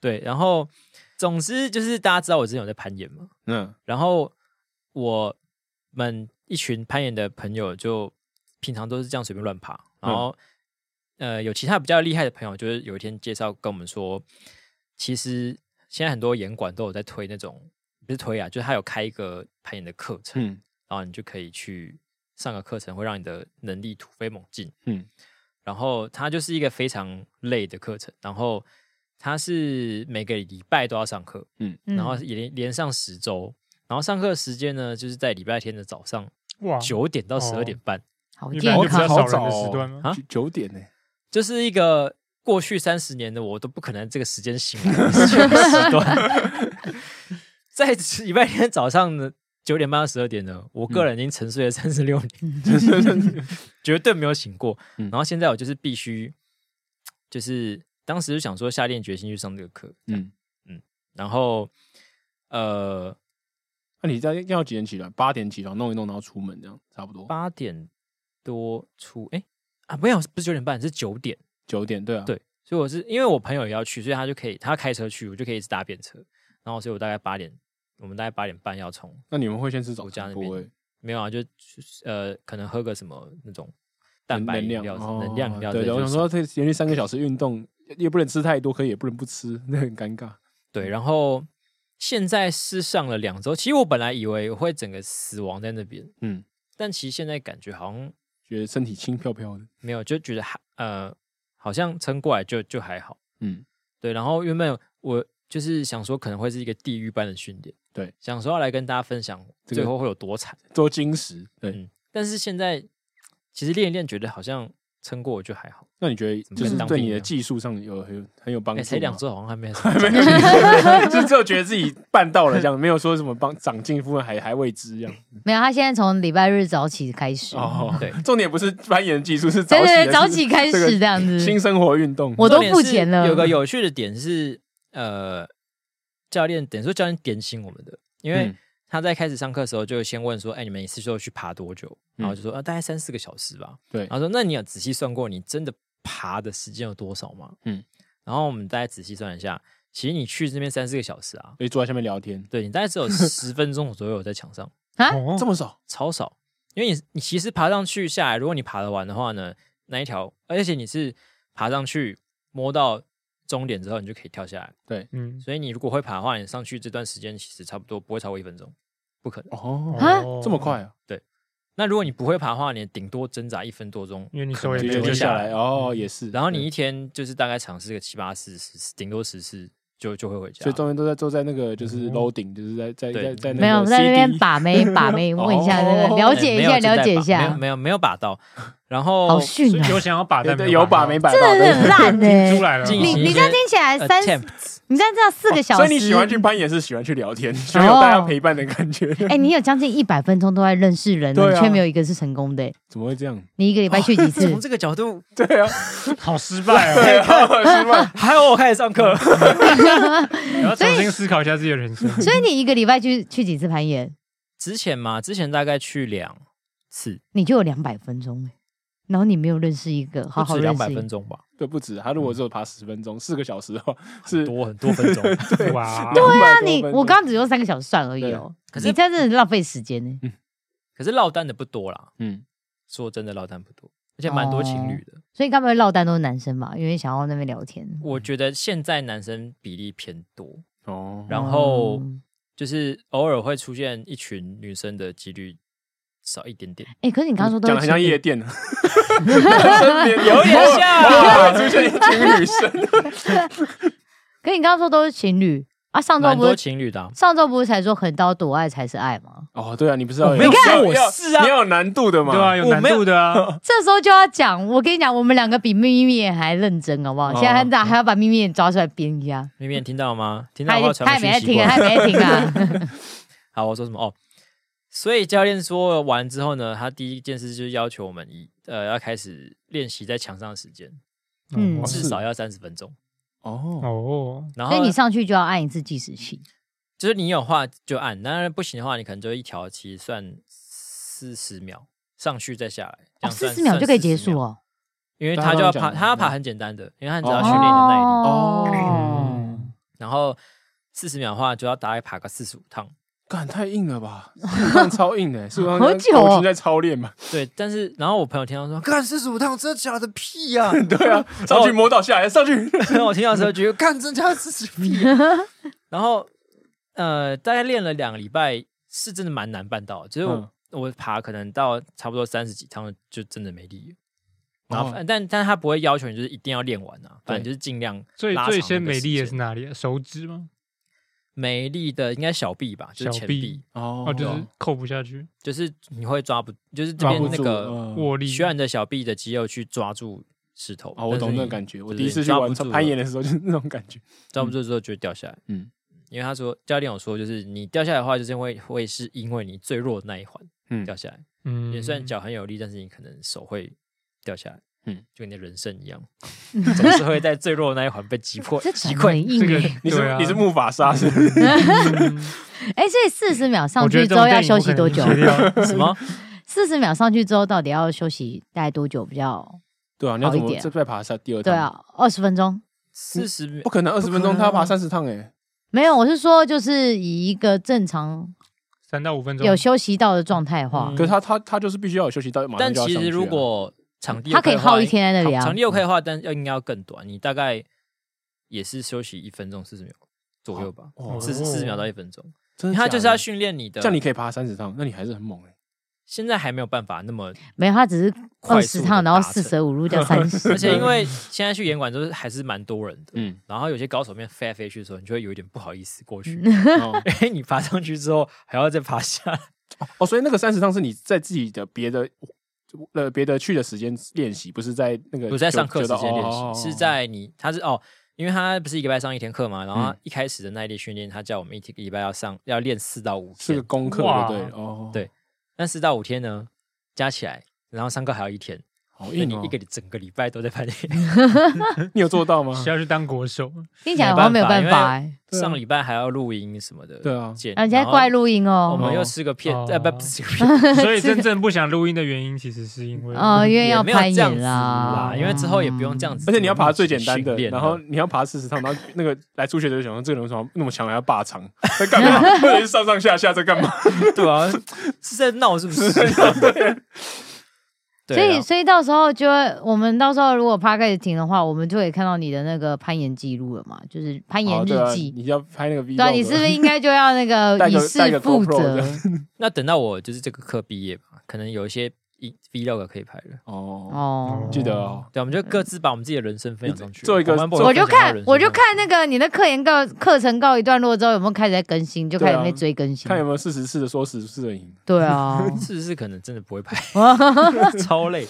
对。然后总之就是大家知道我之前有在攀岩嘛，
嗯，
然后我们一群攀岩的朋友就平常都是这样随便乱爬，
嗯
然后、呃有其他比较厉害的朋友，就是有一天介绍跟我们说，其实现在很多岩馆都有在推那种不是推啊，就是他有开一个攀岩的课程，
嗯
然后你就可以去上个课程，会让你的能力突飞猛进。
嗯，
然后它就是一个非常累的课程，然后它是每个礼拜都要上课，
嗯
然后也连连上十周，然后上课的时间呢，就是在礼拜天的早上
哦
哇，
九点到十二点半，
好
一
健
般就比较
康，
少人
好
的
早哦
时段吗？
啊
九九点呢？
就是一个过去三十年的我都不可能这个时间醒来的时段。 在礼拜天早上的九点半到十二点呢，我
嗯
个人已经沉睡了三十六年，绝对没有醒过。
嗯
然后现在我就是必须，就是当时就想说下定决心去上这个课，
嗯，
然后呃
那你在要几点起来？八点起床弄一弄，然后出门这样差不多。
八点多出，哎、啊没有，不是九点半，是九点。
九点对啊，
对所以我是因为我朋友也要去，所以他就可以他开车去，我就可以一直搭便车。然后所以我大概八点，我们大概八点半要从
那你们会先吃早
我家
餐
那
欸不
边
会？
没有啊，就呃可能喝个什么那种蛋白饮
能
料、
量
能量饮料
哦
之类
对，
的
我
就
想
是
说，这连续三个小时运动，也也不能吃太多，可以也不能不吃，那很尴尬。
对，然后现在是上了两周，其实我本来以为我会整个死亡在那边，
嗯，
但其实现在感觉好像
觉得身体轻飘飘的。
没有，就觉得还呃好像撑过来就就还好。
嗯，
对，然后原本我就是想说可能会是一个地狱般的训练，
对，
想说要来跟大家分享
这
最
个
后会有多惨。
做金石。对，
嗯，但是现在其实练一练，觉得好像撑过我就还好。
那你觉得就
怎么
是
跟当
对
兵
你
一
的
样
技术上有很有很有帮
哎、
助吗？
才两周，好像还 没
就只有觉得自己办到了这样，没有说什么帮长进部分还还未知这样。
没有，他现在从礼拜日早起开始，
哦，
对，
重点不是攀岩技术，是早 起
对对
的
对，早起开
这个
始这样子，
新生活运动。
我都
重点
付
是
钱了。
有个有趣的点是，呃，教练等于说教练点醒我们的，因为
嗯
他在开始上课的时候就先问说：“哎、你们一次就去爬多久？”然后就说：“啊，大概三四个小时吧。”
嗯对
然后说：“那你有仔细算过你真的爬的时间有多少吗？”
嗯，
然后我们大概仔细算一下，其实你去这边三四个小时啊，
所以坐在下面聊天，
对你大概只有十分钟左右在墙上。
啊
哦
这么少，
超少，因为你你其实爬上去下来，如果你爬得完的话呢，那一条，而且你是爬上去摸到终点之后，你就可以跳下来。
嗯，
所以你如果会爬的话，你上去这段时间其实差不多不会超过一分钟，不可能。
哦，
啊
哦
这么快，啊？
那如果你不会爬的话，你顶多挣扎一分多钟，
因为你
可
手
能
也没
就
就
有
会
就
力
下
下
来
来。哦，也是。
然后你一天就是大概尝试个七八次，十次顶多十次就就会回
所
家
以。中间都在都在那个就是
哦
loading，就是在在
对
在在
没有
个
在那
CD
边把妹把妹，问一下这
哦
个，了
哎
解一
没有
下，
就在
了解一
把没有
下，
没有没有把到，然后
好逊
所以
啊，
有想要把
对
但
对，有把没把到，
真的
对
很烂
有出
呢。
来了，
进
你
行一
你这
些
样听起来
呃
三，
attempt
你这样这样四个小时，
哦 所
哦
以你喜欢去攀岩是喜欢去聊 天，喜欢有大家陪伴的感觉。
哎，你有将近一百分钟都在认识人了，
对啊
你却没有一个是成功的。欸
怎么会这样？
你一个礼拜去几 次
从？这个角度，
对 啊，
好失败哦，
还有我开始上课，
你要重新思考一下自己的人生。
所以你一个礼拜去去几次攀岩，
之前嘛，之前大概去两次，
你就有两百分钟哎，然后你没有认识一个好
不
好
止
认
两
识
百
一个
分，钟吧，
对，不止。他如果只有爬十分钟，四个小时的话
很
是
多很多分钟。
哇，
对啊
那啊你我刚刚只用三个小时算而已哦，
可
你
是
这样真的浪费时间呢。
可是落单的不多啦，
嗯，
说真的落单不多，而且蛮多情侣的。
所以该不会落单都是男生吧？因为想要那边聊天。
我觉得现在男生比例偏多，
哦，
然后
嗯
就是偶尔会出现一群女生的几率少一点点。
哎、可是你刚刚说都
讲
是
的很像
情
夜
侣，
店，男生有
点像
出现一群女生，
可是你刚刚说都是情侣啊？上周
蛮
不
多
是
情侣的啊、
上周不是才说横刀夺爱才是爱吗？
哦，对啊，你不知道
我
有
没有
要
我
要
是啊
你要有难度的嘛，
对啊，有难度的啊，
这时候就要讲，我跟你讲，我们两个比秘密眼还认真，好不好？
哦
现在还打还要把秘密眼抓出来编一下，
妹妹听到了吗？听到
他
的
也
话传
他
个
也没在
讯息
听
过
啊，
来
他。也没在听啊。
好，我说什么哦？所以教练说完之后呢，他第一件事就是要求我们一呃要开始练习在墙上的时间，
嗯
哦
至
是
少要三十分钟。
哦，
哦，
然
所以
后
你上去就要按一次计时器，
就是你有话就按，当然不行的话，你可能就一条其实算四十秒上去再下来，这
哦，
样
四
算
十秒就可以结
40
束
秒，
哦。
因为
对
他
他
就要
刚
爬，
刚讲的
他要爬很简单的，因为他只要训练你的耐力，
哦
嗯，
然后四十秒的话就要大概爬个四十五趟，
干太硬了吧，四趟超硬欸的，是不是？
好久哦
我在操练嘛，
对。但是然后我朋友听到说，看四十五趟真的假的屁 呀、
对啊，上去摸到下来，上去，
然后我听到的时候觉得看真假的四十屁啊、然后呃大概练了两个礼拜，是真的蛮难办到的，就是我,、
嗯
我爬可能到差不多三十几趟就真的没力了。然后
哦
反，但但他不会要求你就是一定要练完啊，反正
对
就是尽量
最
拉长
最
那
先
个
美
时
丽的
间
是哪里啊？手指吗？
美丽的应该小臂吧，就是前
小臂
臂，
哦
哦，就是扣不下去，
就是你会抓不，就是这
抓
边
不
那
住，
个
嗯
握力。
需要你的小臂的肌肉去抓住石头
啊，我懂那个
觉，
感觉。我
对
第一次去
抓不
玩
住了
攀岩的时候就是那种感觉。
抓不住之后就会掉下来。
嗯
因为他说教练有说，就是你掉下来的话，就是会会是因为你最弱的那一环
嗯
掉下来。
嗯
也虽然脚很有力，但是你可能手会掉下来。
嗯
嗯，就跟你的人生一样，总是会在最弱的那一环被击破。
这
击
掌
溃。
很硬
这个
耶！
你
对
是
啊嗯
你是木法沙是不是？
哎，所以四十秒上
我觉得
去之
这
后
种
要
电影
休
我
息
可
多
能
久？
戒掉
什么？
四十秒上去之后到底要休息大概多久比较？
对啊，你要怎
好一
么
点
再再爬下第二趟？
对，啊，二十分钟。
四十秒
不可能二十分钟
不可能啊
他要爬三十趟哎。
没有，我是说，就是以一个正常
三到五分钟
有休息到的状态的话
嗯，
可是他他他就是必须要有休息到，马上
但
就要
其
上去
实
啊
如果场地
它可以
有开的话
耗一天在那里啊
场地有开的话，但要应该要更短，你大概也是休息一分钟四十秒左右吧
哦，
四四十秒到一分钟。
真的
他
假
就是要
的
训练你的，
这样你可以爬三十趟，那你还是很猛哎。
现在还没有办法那 么，
没有，他只是二
快速
十
地
趟，然后
达
四
成
舍五入加三 十。
而且因为现在去演馆都是还是蛮多人的，
嗯，
然后有些高手面飞来飞去的时候，你就会有一点不好意思过去，
嗯
哦
因为你爬上去之后还要再爬下来。
哦，所以那个三十趟是你在自己的别的呃别的去的时间练习，不是在那个
不是在
就
上课
就
时
到
间练
哦哦哦哦
习，是在你他是哦，因为他不是一个礼拜上一天课嘛，然后
嗯
他一开始的耐力训练，他叫我们一天一个礼拜要上要练四到五
是
天
个，功课
哇
对不对哦，
对那四到五天呢加起来，然后上课还要一天，
好
所以
硬
你
哦
一个整个礼拜都在 攀岩。
你有做到 吗？
啊是要去当国手，啊
听起来好像没有办
没
法
办
哎，
上礼拜还要录音什么的，
啊对啊
剪
啊人家
然后
怪录音
我
哦，
们又吃个片，
哦
呃，不不是吃个片，
所以真正不想录音的原因，其实是因为
哦，因为
也
要
没有
攀
这样
岩
子
啦
啦，，因为之后也不用这样子，
而且你要爬最简单的
训，练啊
然后你要爬四十趟，然后那个来初学者就想说，这个人为什么那么强，还要霸场，在干嘛？ 或者是上上下下在干嘛？
对啊， 是在闹是不 是？啊 对
所以
啊
所以到时候就会，我们到时候如果 p a r k 停的话，我们就可以看到你的那个攀岩记录了嘛，就是攀岩
哦
日
对啊
记。
你要拍那个 V，
对啊，你是不是应该就要那个
带
以
个带
示
个
负
GoPro
责
这？
那等到我就是这个课毕业吧，可能有一些一 vlog 可以拍了。
哦，
哦，
记得哦，
对，我们就各自把我们自己的人生分享上去，
做一个
我们不
我
能
就
分享他的
看
人生
我就看那个你的课研告课程告一段落之后有没有开始在更新，就开始被追更新
看。有没有四十次的说十次的赢。
对啊，
事实是可能真的不会拍， 超累。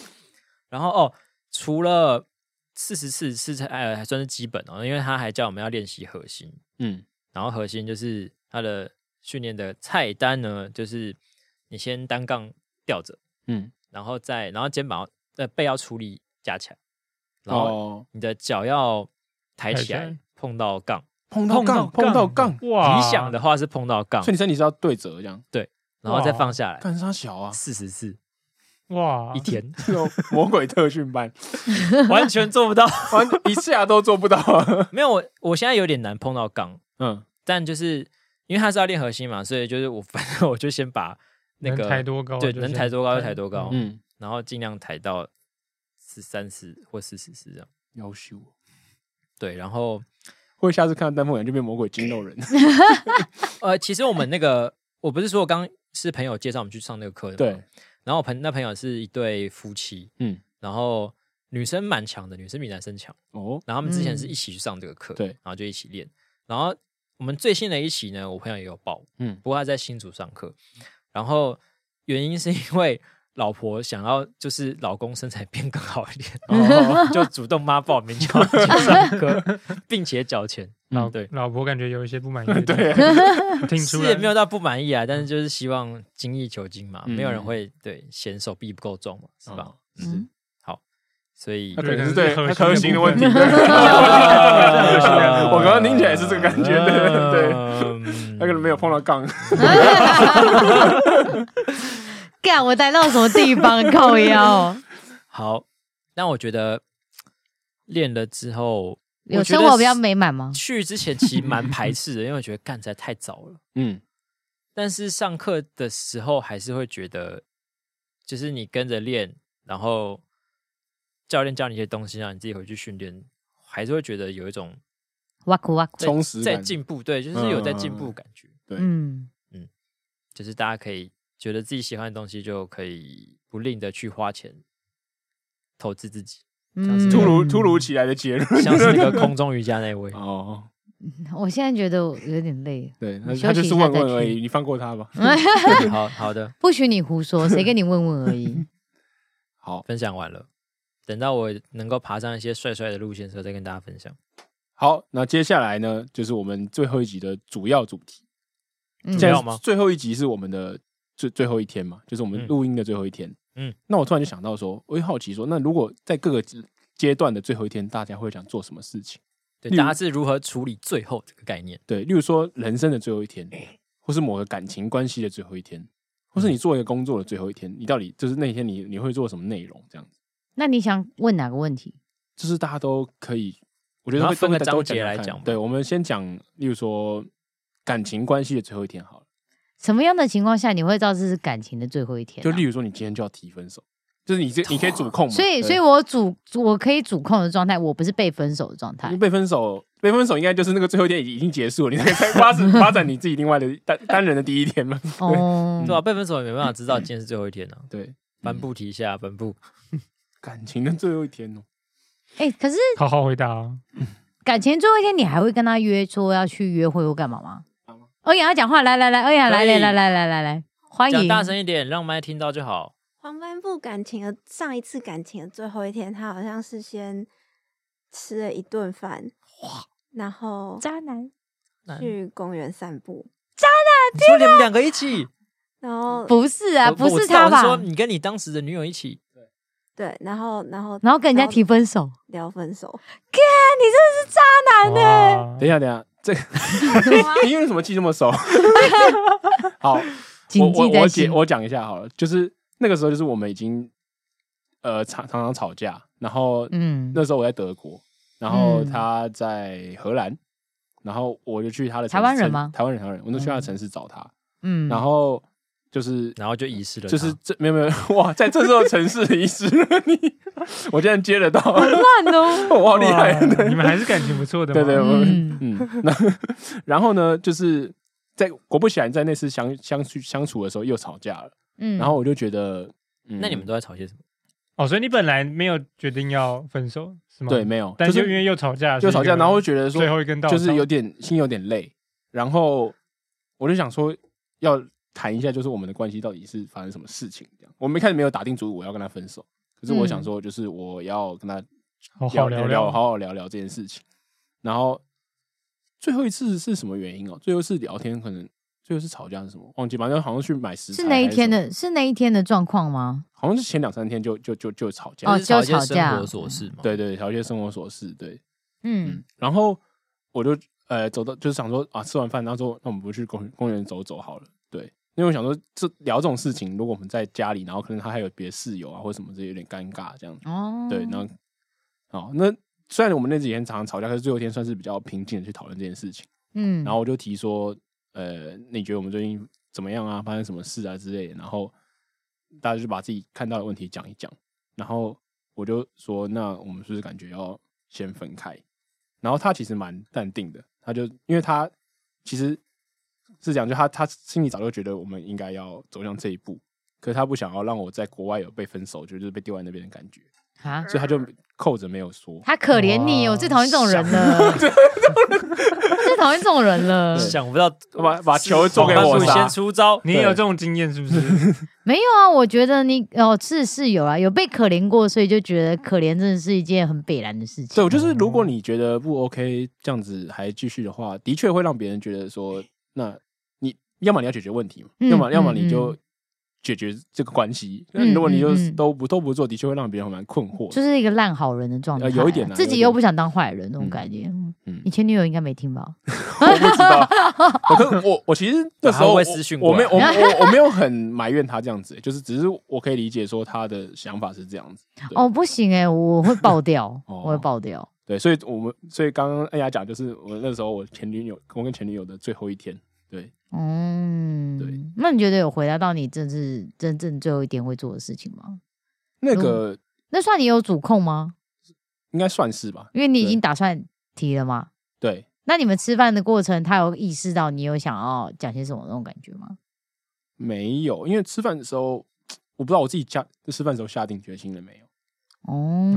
然后哦，除了四十次是呃还算是基本哦，因为他还叫我们要练习核心，
嗯，
然后核心就是他的训练的菜单呢，就是你先单杠吊着，
嗯，
然后再然后肩膀要呃背要出力夹起来，然后
哦，
你的脚要抬
抬
起
起
来
来
碰到杠，
碰到杠，碰到杠，
哇，
理想的话是碰到杠
所以，你身体是要对折这样，
然后再放下来
干啥小 啊？
四十次
哇
一， 天，
这种魔鬼特训班，
完全做不到。
完一下都做不到。啊
没有，我我现在有点难碰到杠，
嗯，
但就是因为他是要练核心嘛，所以就是我 反正我就先把那个
能抬多高
对，
就
能
先
抬多高就
抬
抬多高，
嗯，
然后尽量抬到是三十或四十是这样。
要修。
对，然后
或者下次看到丹凤眼就变魔鬼筋肉人。
呃，其实我们那个我不是说我刚是朋友介绍我们去上那个课的，
对。，
然后我朋那朋友是一对夫妻，
嗯，
然后女生蛮强的，女生比男生强。
哦，
然后他们之前是
嗯
一起去上这个课，
对
然后就一起练。然后我们最新的一期呢，我朋友也有报，
嗯
不过他在新竹上课，然后原因是因为老婆想要就是老公身材变更好一点，
哦
就主动妈报名就要去上 课，并且缴钱，
嗯
老
对
老婆感觉有一些不满意 的地
对
方，听
是
出来
也没有到不满意啊，但是就是希望精益求精嘛，
嗯哦
没有人会对嫌手臂不够重嘛，是吧？
嗯，
所 以
那
对
可能是
可能
对
是核
那
心
核
的
心的
部
问
分
题。对我刚刚听起来是这个感觉，对对对，
对
哦
嗯
那个人没有碰到杠，
干我待到什么地方靠腰？
好，但我觉得练了之后，
有
我觉
生
得
活比较美满吗？
去之前其实蛮排斥的，因为我觉得干实在太早了。
嗯，
但是上课的时候还是会觉得，就是你跟着练，然后教练教你一些东西，让你自己回去训练，还是会觉得有一种
哇酷哇酷，
在
充实
在
感嗯
进步，对，就是有在进步的感觉。
对
嗯，
就是大家可以觉得自己喜欢的东西，就可以不吝的去花钱投资自 己，像是
嗯
突如突如其来的结论。
像是那个空中瑜伽那 位。
哦，
我现在觉得我有点累，
对，那
你休息
他就是问
一下
问
再
而
去
已，你放过他吧。
好好的，
不许你胡说，谁跟你问问而已。
好，
分享完了，等到我能够爬上一些帅帅的路线的时候，再跟大家分享。
好，那接下来呢，就是我们最后一集的主要主题。
嗯
这
现
样
在
吗
最后一集是我们的最最后一天嘛，就是我们
嗯
录音的最后一天。
嗯，
那我突然就想到说，我也好奇说，那如果在各个阶段的最后一天，大家会想做什么事情？
对，
例如
大家是如何处理最后这个概念？
对，例如说人生的最后一天，或是某个感情关系的最后一天，或是你做一个工作的最后一天，你到底就是那一天你你会做什么内容？这样子，
那你想问哪个问题？
就是大家都可以，我觉
我
得
们要分个
都都
章节来
看
讲吧
对，我们先讲，例如说感情关系的最后一天好了，
什么样的情况下你会知道这是感情的最后一天啊、
就例如说你今天就要提分手，就是你这你可
哦
以主控嘛。
所
对
以，所以我主我可以主控的状态，我不是被分手的状
因
态
哎
为。被分手，被分手应该就是那个最后一天已经结束了，你才开始发展发展你自己另外的单单人的第一天嘛。
哦
对，吧、被分手也没办法知道今天是最后一天呢、啊。
嗯
对，
颁布提一下，颁布
感情的最后一天哦，
哎、可是
好好回答、啊。
感情最后一天，你还会跟他约说要去约会或干嘛吗？欧阳要讲话，来来来，欧阳来
可
来
以
来来来来来，欢
讲
迎。
大声一点，让麦听到就好。
黄斑部感情的上一次感情的最后一天，他好像是先吃了一顿饭，然后
渣男
那
去公园散步，
你说你们两个一起？
然后
不是啊，
我
不
我
是
知道
他
我
吧？
说你跟你当时的女友一起，
对，然后然后
然后跟人家提分手，
聊分手，
干你真的是渣男呢、
等一下，等一下，这个
啊
你为什么记这么熟？好，我
谨
我
记在
我解
心。
我讲一下好了，就是那个时候就是我们已经呃常常常吵架，然后
嗯，
那时候我在德国，然后
嗯
他在荷兰，然后我就去他的城
台湾人
城
吗
台湾人，台湾人，我就去他的城市找他，
嗯，
然后就是
然后就遗失了他，
就是这没有没有 哇，在这座城市遗失了你， 我竟然接得到，
烂哦。
我好厉害，
哇你们还是感情不错的嘛。
对对，我
嗯
嗯，那然后呢，就是在果不其然，在那次相相处相处的时候又吵架了，
嗯
然后我就觉得，嗯
那你们都在吵些什么？
哦，所以你本来没有决定要分手是吗？
对，没有，
但
就是
因为又吵架，
就吵架，然后我觉得说
最后一根稻草
就是有点心有点累，然后我就想说要谈一下，就是我们的关系到底是发生什么事情这样。我们一开始没有打定主意我要跟他分手，可是我
嗯
想说就是我要跟他
好好
聊
聊聊，
好好聊聊这件事情。然后最后一次是什么原因哦？最后一次聊天可能最后一次吵架是什么？忘记，反正好像去买食材
是那一
还是
天
什么，
的，是那一天的状况吗？
好像是前两三天就就就就吵架。
哦
就是吵一些
就吵架
生活琐事嘛。
对对，聊一些生活琐事，对，
嗯
嗯。然后我就呃走到就是想说啊，吃完饭，然后说那我们不去公园公园走走好了，对，因为我想说这聊这种事情，如果我们在家里，然后可能他还有别的室友啊或什么，这有点尴尬这样子。
哦，
对，然后好，那虽然我们那几天常常吵架，可是最后一天算是比较平静的去讨论这件事情。
嗯，
然后我就提说，呃，你觉得我们最近怎么样啊？发生什么事啊之类的。然后大家就把自己看到的问题讲一讲。然后我就说，那我们是不是感觉要先分开？然后他其实蛮淡定的，他就因为他其实是讲，就他他心里早就觉得我们应该要走向这一步，可是他不想要让我在国外有被分手，就是被丢在那边的感觉，
啊，
所以他就扣着没有说。
他可怜你，
哇
我最讨厌这种人了， 最讨厌这种人了。
想不到
把把球做给
黄斑
我
部
杀
先，出招，
你也有这种经验是不是？
没有啊，我觉得你哦是是有啊，有被可怜过，所以就觉得可怜真的是一件很北然的事
对，
情。
我就是
哦
如果你觉得不 OK，这样子还继续的话，的确会让别人觉得说，那你要么你要解决问题嘛，
嗯
要么要么你
嗯
就解决这个关系。那、
嗯
如果你就
嗯嗯
都不都不做，的确会让别人蛮困惑的。
就是一个烂好人的状态啊、
呃有一点啊
自己
有一点
又不想当坏人那种感觉。
嗯
嗯，你前女友应该没听吧？
我不知 道，我可我我其实那时候
他会
我
私讯过
我
来
没有我我 我没有很埋怨他这样子、就是只是我可以理解说他的想法是这样子。对
哦，不行哎、我会爆掉，
哦
我会爆掉。
对，所以我们所以刚刚哎呀讲就是我那时候我前女友，我跟前女友的最后一天，对，
嗯，
对。
那你觉得有回答到你这是真正最后一点会做的事情吗？
那
嗯
个
那算你有主控吗？
应该算是吧，
因为你已
对
经打算提了嘛。
对。
那你们吃饭的过程，他有意识到你有想要讲些什么那种感觉吗？
没有，因为吃饭的时候，我不知道我自己下吃饭的时候下定决心了没有。
哦，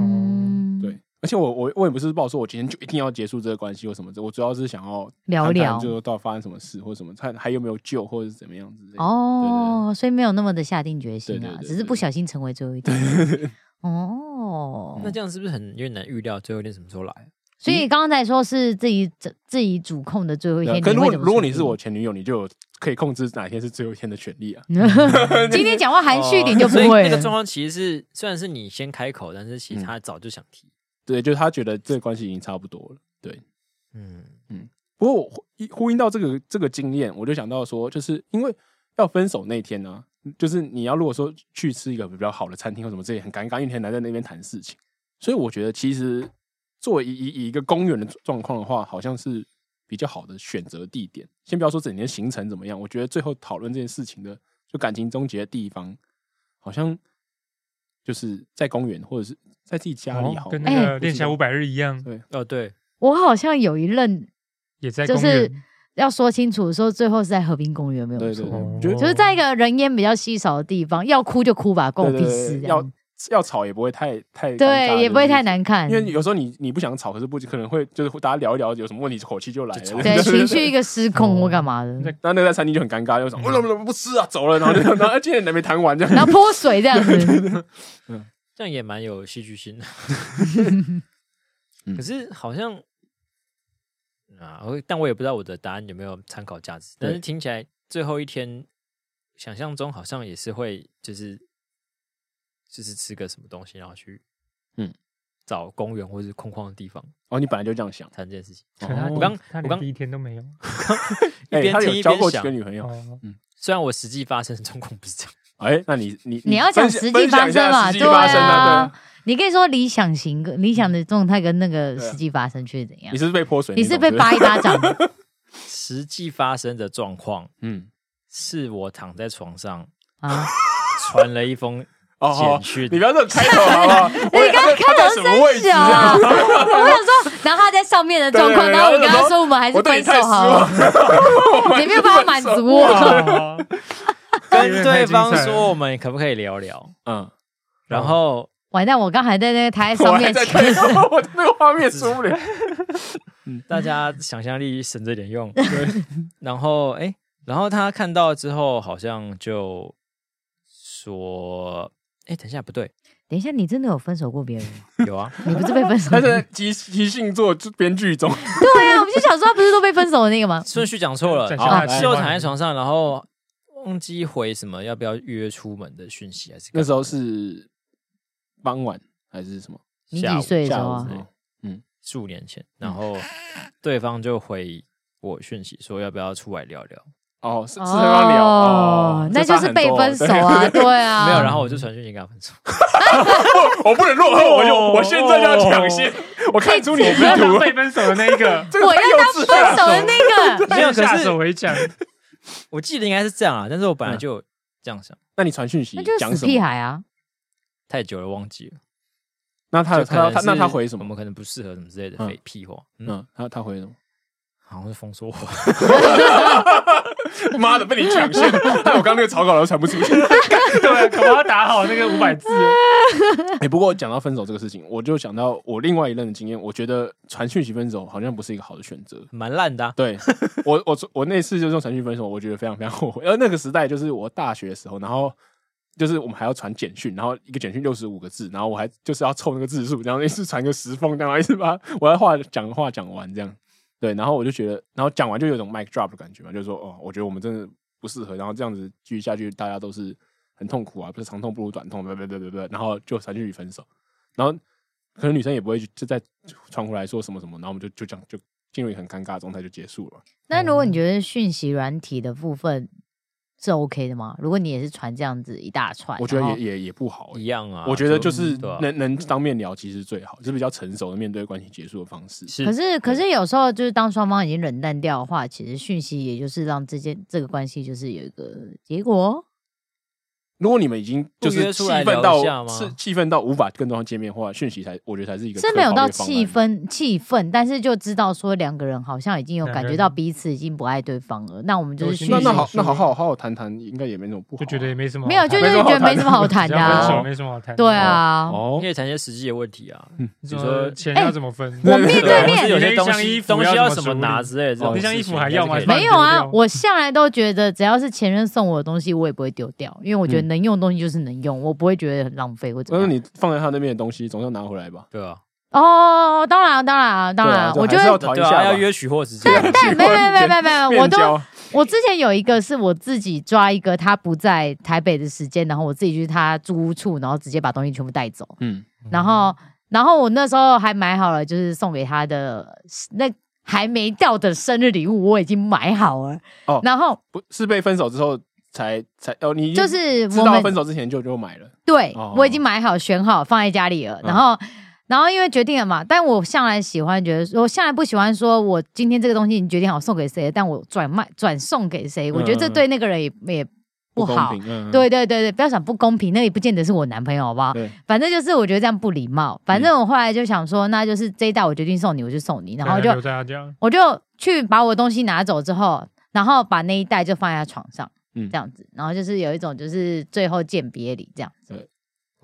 对，，而且我我我也不是抱说我今天就一定要结束这个关系或什么的，我主要是想要
聊
谈谈
聊
就是到底发生什么事或什么，看还有没有救或者是怎么样之类的。
哦哦，所以没有那么的下定决心
对对
啊，
对
只是不小心成为最后一天。哦，哦，
那这样是不是很有点难预料最后一天什么时候来？
所以刚才说是自己自自己主控的最后一
对啊
天，
可如
会
果
怎么嗯
如果
处
你是
理
我，前女友，你就有可以控制哪一天是最后一天的权利啊。
今天讲话含蓄一
哦
点就不
哦所以
会
那个状
了。
况其实是虽然是你先开口，但是
嗯
其实他早就想提。
对，就是他觉得这个关系已经差不多了。对，
嗯，
不过我呼呼应到这个这个经验，我就想到说，就是因为要分手那天呢、就是你要如果说去吃一个比较好的餐厅或什么，这也很尴尬，因为你很难在那边谈事情。所以我觉得，其实作为以以以一个公园的状况的话，好像是比较好的选择地点。先不要说整天行程怎么样，我觉得最后讨论这件事情的，就感情终结的地方，好像就是在公园或者是在自己 家里
哦
好，
跟
哎
那个练
不是
侠五百日一样，
对
哦对，
我好像有一任
也在
就
公
是
园。
要说清楚，说最后是在和平公园没有
对对对，
错，
我觉得
就是在一个人烟比较稀少的地方，要哭就哭吧，关我
对
屁
对
事
对
这
要
样。
要吵也不会太太尴尬
对，也不会
就是
太难看，
因为有时候你你不想吵，可是不可能会就是大家聊一聊，有什么问题口气就来了
就吵，
对情绪一个失控或
哦
干嘛的，
那那个在餐厅就很尴尬，就
嗯
想我怎么不吃啊，走了，然后就然后今天还没谈完这样，
然后泼水这样子，
这样也蛮有戏剧性的
嗯。
可是好像啊，我但我也不知道我的答案有没有参考价值。但是
对
听起来最后一天，想象中好像也是会就是就是吃个什么东西，然后去
嗯
找公园或是空旷的地地方
哦，你本来就这样想，
谈这件事情。
可他
哦
我刚
他
我刚
连第一天都没有。
一
哎，
边
他
听
有
一
交
边
过几
想
个，女朋友，
哦
虽然我实际发生的状况不是这样。
哎，那你你
你要
分享
讲实际
分享
发
一下
生嘛
实际发生啊，
对你可以说理想型跟理想的状态跟那个
对啊
实际发生却怎
对，
样
你？是不是被泼水那
你
种，
是被
不
扒一巴掌，
实际发生的状况
嗯，
是我躺在床上
啊，
传了一封
哦哦
简，讯
你不要这种开头好不 好？我以为他在他在什么位置
小，
啊？
我想说，然后他在上面的状况，
对对对
然后我跟
然
他
后
说，我们还是
我对
分
你
手
太失
好
望
了，
了，
你没有办法满 足我。
哦
跟对方
太精彩
说
了
我们可不可以聊聊，
嗯，
然后
完蛋，我刚还在那个台
我
上
还
面
在，看，我那个画面出不了，
大家想象力省着点用， 然后哎，然后他看到之后好像就说，哎，等一下不对，
等一下，你真的有分手过别人吗？
有 啊，
你不 是被分手？
他
对
在即即兴做编剧中，
啊，我们就想说，他不是都被分手的那个吗？
顺序讲错了，
展
现他
啊
的计划
是我躺在床上，然后忘记回什么要不要约出门的讯息还是
那时
候
候是傍晚还是什么？
你几岁的时
下
候
午
啊嗯
之？类的？
四五年前，然后对方就回我讯息说要不要出来聊聊，
哦，是是对方聊哦，
那就
这
是
差很
被
多
分手。啊，对啊，
没有，然后我就传讯息跟他分手。
对 我不能落后，我就
哦
我现在就要抢 先，我看出你的
不要
意
当
图。
被分手的那一个
，这个
我
太
要
幼
当
稚了
分手的 那个，
没有可是
下手为强。
我记得应该是这样啊，但是我
嗯
本来就有这样想，
那你传讯息
那就
讲
是
什
死屁
么？
孩啊！
太久了忘记了。
那他
就可能
他他
是
那他回什
我
么？
们可能不适合什么之类的
嗯
废屁话，嗯，
嗯，他他回什么？
好像是封锁我。
妈的，被你抢 先！但我刚刚那个草稿都传不出 去。
对，啊可能要打好那个五百字。
哎，不过讲到分手这个事情，我就想到我另外一任的经验，我觉得传讯息分手好像不是一个好的选择。
蛮烂的啊、
对我，我我那次就是用传讯分手，我觉得非常非常后悔。而那个时代就是我大学的时候，然后就是我们还要传简讯，然后一个简讯六十五个字，然后我还就是要凑那个字数，然后一次传个十封，然后一次把我要话讲话讲完这样。对，然后我就觉得，然后讲完就有种 mic drop 的感觉嘛，就是说哦，我觉得我们真的不适合，然后这样子继续下去，大家都是很痛苦啊，不是长痛不如短痛，对对对对对，然后就传讯息分手，然后可能女生也不会就再传回来说什么什么，然后我们就就这样就进入一个很尴尬的状态就结束了。
那如果你觉
哦
得讯息软体的部分是 OK 的吗？如果你也是传这样子一大串，
我觉得
然后
也也也不好欸、
一样啊。
我觉得就是
对啊
能能当面聊其实最好，是比较成熟的面对关系结束的方式。
是
可是可是有时候就是当双方已经冷淡掉的话，其实讯息也就是让这件这个关系就是有一个结果。哦
如果你们已经
不
就是
约
气
出来
愤
聊一下
到
吗
是气愤到无法跟对方见面的话，讯息才我觉得才是一个
是
可
没有
靠
到
的方案
气。氛气氛，但是就知道说两个人好像已经有
两个
感
人
觉到彼此已经不爱对方了，那我们就是
有
讯
心
息
那那好
是
那好好好好谈谈，应该也没什么不好啊、
就觉得也没什么好谈，
没有，就是
没什么好
觉得没什么好
只要
谈的、
分手
啊，
没什么好谈。
对，啊。
你
哦
可，以谈一些实际的问题 啊，
你
比如说
说钱要怎么分？
哎
啊
我面对
或是
面，
有些东
你那一箱
西
衣服
东
要
西
怎么
要什么
处理
拿之类的这种
哦
事
那
情，
箱衣服还要
你还
吗
是可以
没有
放
啊
丢，掉
我向来都觉得只要是前任送我的东西，我也不会丢掉，因为我觉得
嗯
能用的东西就是能用，我不会觉得很浪费或怎
但
么
是
样。
你放在他那边的东西，总要拿回来吧？
对啊，
哦，当然当然当
对
然
啊，
我觉
这还是要
得
讨一
对
下吧
啊，要约取货时间。
但但没有没有没有没有没有没有，我
面
都
交
我之前有一个是我自己抓一个他不在台北的时间，然后我自己去他租屋处，然后直接把东西全部带走。
嗯，
然后，然后我那时候还买好了，就是送给他的那还没到的生日礼物，我已经买好了。
哦
然后
不是被分手之后才才哦，你已经
就是
知
我
道分
们
手之前就就买了，
对、
哦
我已经买好选好放在家里了，
嗯
然后。然后因为决定了嘛，但我向来喜欢觉得，我向来不喜欢说我今天这个东西已经决定好送给谁了，但我转卖转送给谁，我觉得这
嗯
对那个人也也不
公
好。
平。嗯，
对对对对，不要想不公平，那也不见得是我男朋友，好不好？
对嗯
反正就是我觉得这样不礼貌。反正我后来就想说，那就是这一代我决定送你，我就送你，然后就
留在他家，
我就去把我东西拿走之后，然后把那一袋就放在他床上，
嗯
这样子，然后就是有一种就是最后见别离这样子。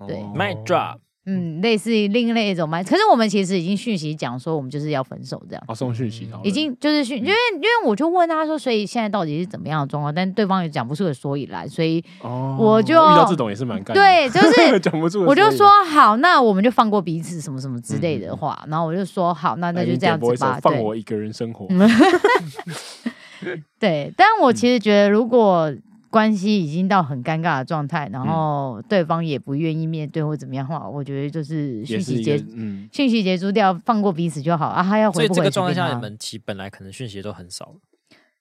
对
哦
My drop，
嗯，类似于另类一种嘛。可是我们其实已经讯息讲说，我们就是要分手这样。
哦，送讯息讨论
已经就是
嗯
讯，因为因为我就问他说，所以现在到底是怎么样的状况？但对方也讲不出个所以然，所以
哦，
我就
遇到这种也是蛮干的，
对， 就是
讲不住的啊
我
所以然，
就说好，那我们就放过彼此什么什么之类的
嗯
话，然后我就说好，那那
来
就
哎你
这样
点播
子
一首
吧。
放
对
我一个人生活，
嗯对，但我其实觉得，如果关系已经到很尴尬的状态，然
嗯
后对方也不愿意面对或怎么样的话，我觉得就是
也
讯
是
息
一个
结
嗯，
讯息结束掉，放过彼此就好啊。他要
所
回
以
不
这
回
个
去
状态
给
下，
他
你们其实本来可能讯息都很少，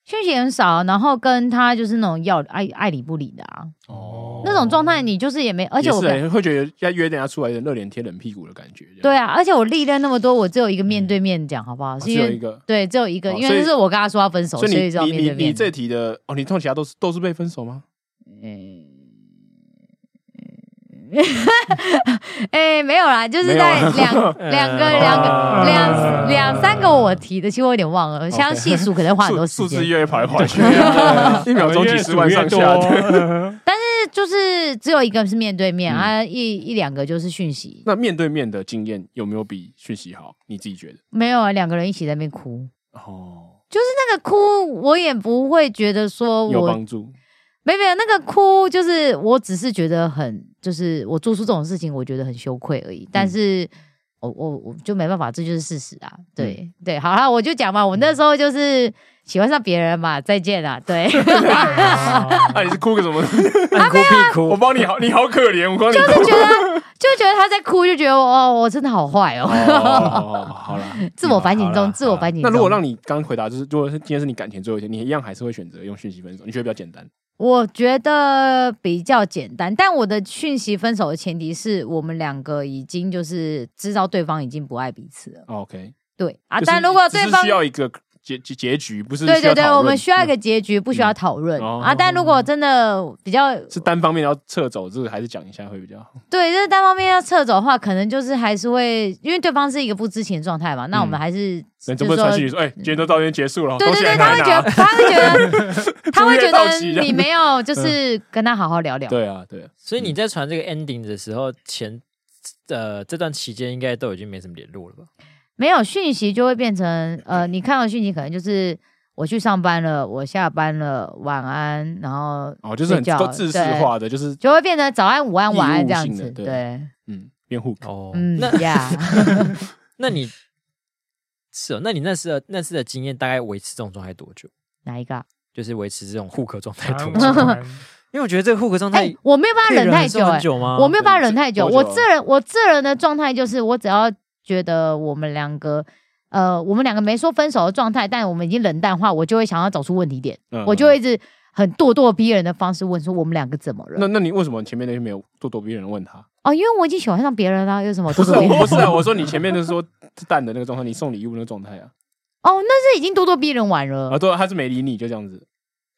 讯息很少，然后跟他就是那种要爱爱理不理的啊，
哦
那种状态你就是也没，而且
也
我
是
跟
欸会觉得要约等下出来有点热脸贴冷屁股的感觉，这样
对，啊，而且我历练那么多，我只有一个面对面讲，好不好？
哦
是
只
因
有一
为
个。
对，只有一个，
哦
因
所
为
以
就是我跟他说要分手，
哦所
所
以
以就要
你
面
你
对
你你
面。
这题的哦，你通常其他都是都是被分手吗？
哎，没有啦，就是
没有
在
啊
两两个两个
啊
两两三个我提的，其实我有点忘了，相细数可能花很多
数
时
数
间啊
字。越来越跑来跑去，一秒钟几十万上下
越数越
的。
多呃
是就是只有一个是面对面，
嗯
啊，一一两个就是讯息。
那面对面的经验有没有比讯息好？你自己觉得？
没有啊，两个人一起在那边哭，
哦，
那个哭我也不会觉得说
有
我
帮 助。
没有没有那个哭，就是我只是觉得很，就是我做出这种事情，我觉得很羞愧而已。
嗯
但是，我我我就没办法，这就是事实啊。对、
嗯
对，好啦，我就讲嘛，我那时候就是喜欢上别人嘛，再见啦。 对，
啊
那啊你是哭个 什么？
啊
按哭屁
我
哭，
帮你好，你好可怜，我帮你
就
哭。
觉得就觉得他在哭，就觉得哦，我真的好坏哦，
哦，好 了。
自我反省
好啦
嗯
中，自我反省
那
中。
如果让你刚回答，就是如果是今天是你感情最后一天，你一样还是会选择用讯息分手？你觉得比较简单？
我觉得比较简单，但我的讯息分手的前提是我们两个已经就是知道对方已经不爱彼此了。
哦 OK，
对啊，
就是
但如果
只
对
是
方
需要一个结结结局，不是
对
需要
对对，
讨论嗯
我们需要一个结局，不需要讨论、
哦
啊。但如果真的比较
是单方面要撤走，这个还是讲一下会比较好。
对，就是单方面要撤走的话，可能就是还是会，因为对方是一个不知情的状态嘛，那我们还是
人嗯
就
总
是
不能
说嗯
传讯息说，哎，今天都到这边结束了，
对
都
对
现在
对，他会
拿
觉得，他会觉 得，他会觉
租约到期这
得
样
你没有就是跟他好好聊 聊。
嗯对啊，对啊，
所以你在传这个 ending 的时候，前呃这段期间应该都已经没什么联络了吧？
没有讯息就会变成呃，你看到讯息可能就是我去上班了，我下班了，晚安，然后
哦，就是很
睡觉
都自式化的，就是
就会变成早安、午安、晚安这样
义务
子。
性的对
对，
嗯，辩护。
哦
嗯
那
呀。
那你是哦，那你那次的那次的经验大概维持这种状态多久？
哪一个啊？
就是维持这种互壳状态
晚
多
安
久？
晚安
因为我觉得这个互壳状
啊哎、
态
我没有办
可
法
以
忍太
忍
久、
啊
受
哎
很久吗？
我没有办法忍太久。
多久
我
啊
这人，我这人的状态就是，我只要觉得我们两个，呃，我们两个没说分手的状态，但我们已经冷淡化，我就会想要找出问题点，
嗯
我就会一直很咄咄逼人的方式问说我们两个怎么
那
了？
那你为什么前面那些没有咄咄逼人问 他？
哦，因为我已经喜欢上别人啦，有什么
不
咄
是
咄
啊，
逼
我
人
不？是啊，我说你前面就是说淡的那个状态，你送礼物那个状态啊，
哦，那是已经咄咄逼人完了。
啊，对啊，他是没理你就这样子，。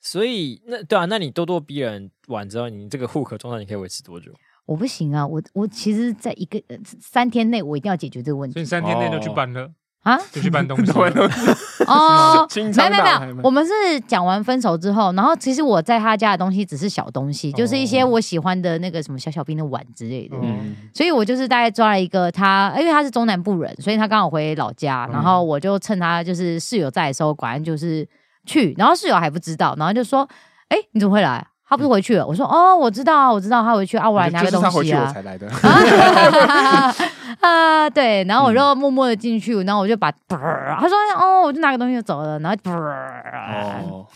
所以那对啊，那你咄咄逼人完之后，你这个互壳状态你可以维持多久？
我不行啊，我我其实在一个呃三天内我一定要解决这个问
所以
题
三天内
哦
就去搬了，
啊。
就去搬东西
对，
哦
清
没
仓
有没有
大海
没有
嘛，
我们是讲完分手之后，然后其实我在他家的东西只是小东西，就是一
哦
些我喜欢的那个什么小小兵的碗之类的。
嗯
嗯，
所以我就是大概抓了一个他，因为他是中南部人，所以他刚好回老家，
嗯
然后我就趁他就是室友在的时候，果然就是去，然后室友还不知道，然后就说：“哎、你怎么会来？”他不是回去了？我说哦，我知道啊，我知道他回去啊，我来拿
嗯哦就
个
是他
东
回
西
去我
啊。
才来 的。
啊 啊，对，然后我就默默的进去，然后我就把，他说哦，我就拿个东西就走了，然后，
哦，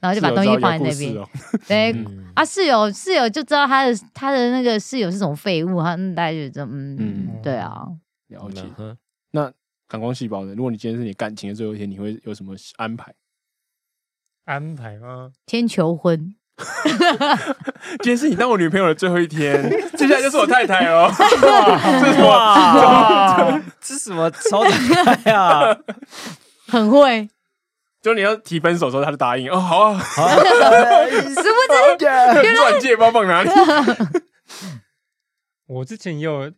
然后就把
室友
东西
知道
放在
有故
那
事
边。
哦
对
嗯
啊，室友室友就知道他的他的那个室友是什么废物，他嗯大家就这嗯，
嗯
对啊，
了解。
嗯
感光细胞的，如果你今天是你感情的最后一天，你会有什么安排？
安排吗？
先求婚，
今天是你当我女朋友的最后一 天，接下来就是我太太哦。 这是我 啊
哇， 这什么超展开啊？
很会，
就你要提分手的时候，他就答应哦，好 啊，
好
是不是？
钻戒包放哪 里？
我之前也有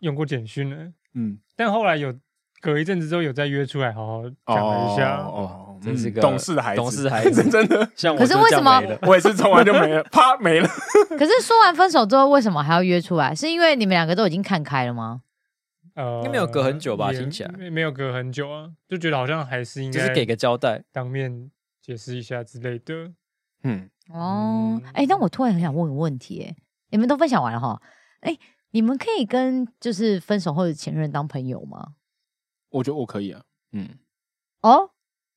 用过简讯呢，
嗯，
但后来有隔一阵子之后有再约出来好好讲了一下。
哦，
真是个
懂事的孩子，
懂事孩子
真真的，
像我
可是
就
为
这样
什么
没了
我也是从完就 没了，啪没了。
可是说完分手之后，为什么还要约出来？是因为你们两个都已经看开了吗？
呃
应该没有隔很久吧
也
听起来
没没有隔很久啊，就觉得好像还是应
只
该
是给个交代，
当面解释一下之类的。
嗯，
哦
嗯，
哎、但我突然很想问个问题、哎，你们都分享完了哈，哎、你们可以跟就是分手后的前任当朋友吗？
我觉得我可以啊，嗯，
哦，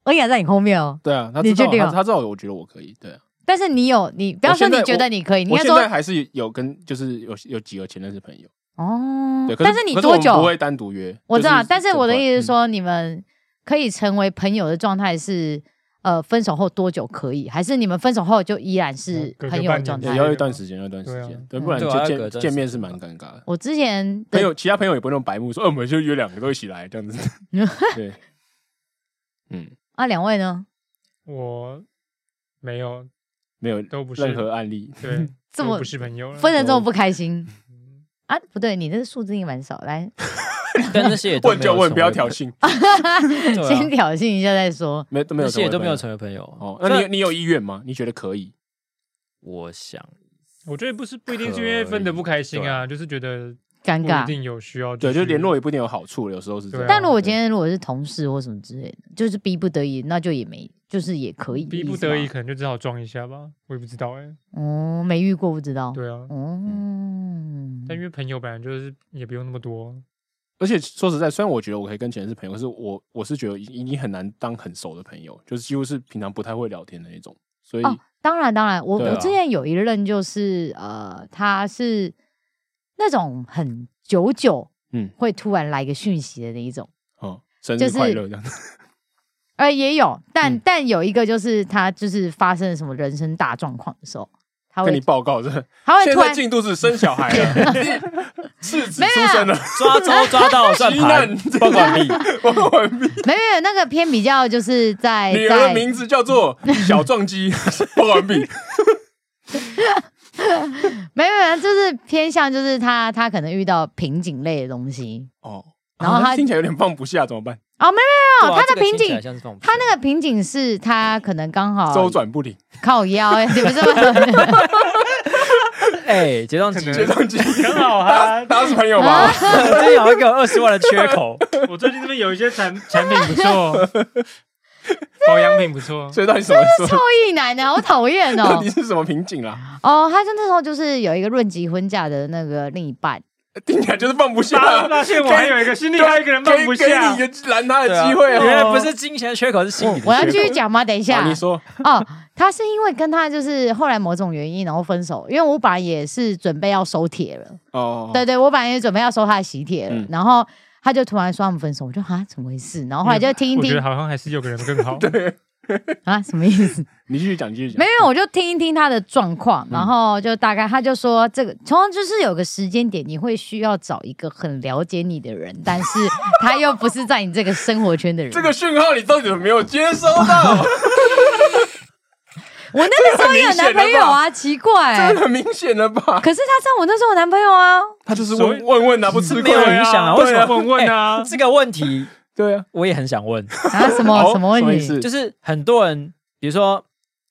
恩雅在你后面哦，
对啊，他
你
知道
确定
他
哦
他知道，我觉得我可以，对啊。
但是你有你不要
我
说
现在
你觉得你可以，你应
我
该
现
说
在还是有跟，就是有有几个前任是朋友，
哦
对，，可
但是你
可
多
我们
久？
不会单独约？
我知道，
就是
但是我的
整块
意思是
嗯
说，你们可以成为朋友的状态是。呃，分手后多久可以？还是
嗯
你们分手后就依然是
隔个
朋友的
半年
状
之
态
也
类？
要一段时间，要一段时
对啊
间，对，不然
对
就
啊要隔一
见
段时
见面是
间
蛮尴尬的。
我之前的
朋友，其他朋友也不会那么白目，说，呃，我们就约两个都一起来这 样子。对，嗯，
啊，两位呢？
我没有，
没有
都不是
任何案例。
对，
这
都
么
不是朋友了。
分了之后不开心
哦
啊？不对，你这个数字也蛮少，来
但那些也都
问
没有
就问，
成
不要
为
挑
朋
衅，
友，对啊
先挑衅一下再说。
没都没有
那
成
些
为
也都
朋
没
友
有成为朋友啊
哦，那你你有意愿吗？你觉得可以？
我想
我觉得不是，不一定是因为分的不开心啊，就是觉得
尴
不
尬
一。定有需要继续。
对，就是联络也不一定有好处，有时候是这
啊对啊
样。
但如果今天如果是同事或什么之类的，就是逼不得已，那就也没，就是也可以，
逼不得已，
意思
可能就只好装一下吧。我也不知道哎、
吗。哦，没遇过不知道。
对嗯啊，
哦，
但因为朋友本来就是也不用那么多，
而且说实在，虽然我觉得我可以跟前任是朋友，可是我我是觉得已已经很难当很熟的朋友，就是几乎是平常不太会聊天的那种。所以
哦，当然当然，我、
对啊
我之前有一任就是呃，他是那种很久久
嗯
会突然来个讯息的那一种。
哦，生
就
日
是
快乐这样子。
呃，也有，但、
嗯
但有一个就是他就是发生了什么人生大状况的时候，他
跟你
会
报告这
他会
现
突然
在进度是生小孩了，是子出生了，
抓周抓到算
急
盘
难，
不管你，
我文明
没有没有那个偏比较就是在
女儿
在
的名字叫做小撞击，不完 毕。
没有没有就是偏向就是他他可能遇到瓶颈类的东西
哦，
然后他
啊听起来有点放不下，怎么办？
哦，没有没
对
有没有，
啊
他的瓶
这个听起来
颈。
像是放
他那个瓶颈是他可能刚好
周转不灵，
靠腰，哎你们 这么
个哎，结账机，
可
结
能
账机，
很好
大
啊
家。大家是朋友
啊
吧？
这有一个二十万的缺 口，
我最近这边有一些产产品不错，保养品不错，
所以到底什么时
臭
候？
意男呢，好讨厌
到
哦
底！是什么瓶颈啊啦？
哦，他就那时候就是有一个论及婚嫁的那个另一半，
听起来就是放不
发
下，
发 现我还有一个心里还有一个人
可
放
以
不
给你
下
一，个拦他的
对啊
机会
原
啊！
来不是金钱的缺口，是心理的缺口。
我要继续讲吗？等一下
啊，你说
哦，他是因为跟他就是后来某种原因然后分手，因为我本来也是准备要收帖了，
哦，
对对，我本来也准备要收他的喜帖了，
嗯
然后他就突然说他们分手，我就啊怎么回事？然后后来就听一
我觉
听
得好像还是有个人更 好。
啊什么意思？
你继续讲，继续讲。
没有，我就听一听他的状
嗯
况，然后就大概他就说这个，通常就是有个时间点，你会需要找一个很了解你的人，但是他又不是在你这个生活圈的人。
这个讯号你到底有没有接收到？
我那个时候也有男朋友啊，奇怪、
这个很明显了吧？
可是他知道我那时候有男朋友啊，
他就是
所以
问问问啊，不吃
没
亏
有
啊
影响啊？为
对啊
什么
问问啊
哎这个问题
对啊，
我也很想问，
啊什么
好
什么问
意
题？
思？
就是很多人，比如说，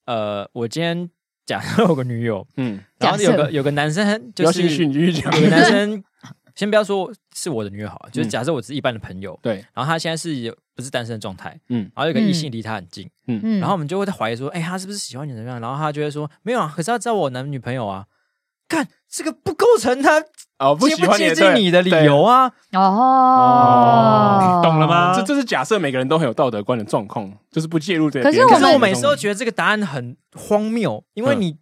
呃，我今天假设有个女友，
嗯，
然后有
假
个
设
有个男生，
不要
就
心
是
虚，你继续讲。
有个男生 先不要说是我的女友好了，就是
嗯
假设我只是一般的朋友，
对，
然后她现在是有不是单身的状态，
嗯
然后有一个异
嗯
性离她很近，
嗯，
然后我们就会在怀疑说，哎、她是不是喜欢你怎么样？然后她就会说没有啊，可是她知道我男女朋友啊，看这个不构成她
哦，不
接
喜
不
欢
接
也
近
对
你的理，由啊。
哦，
懂了吗？
对这这是假设每个人都很有道德观的状况，就是不介入这。
可是
别人
可
我
是
们
我每次都觉得这个答案很荒谬，因
嗯
为你、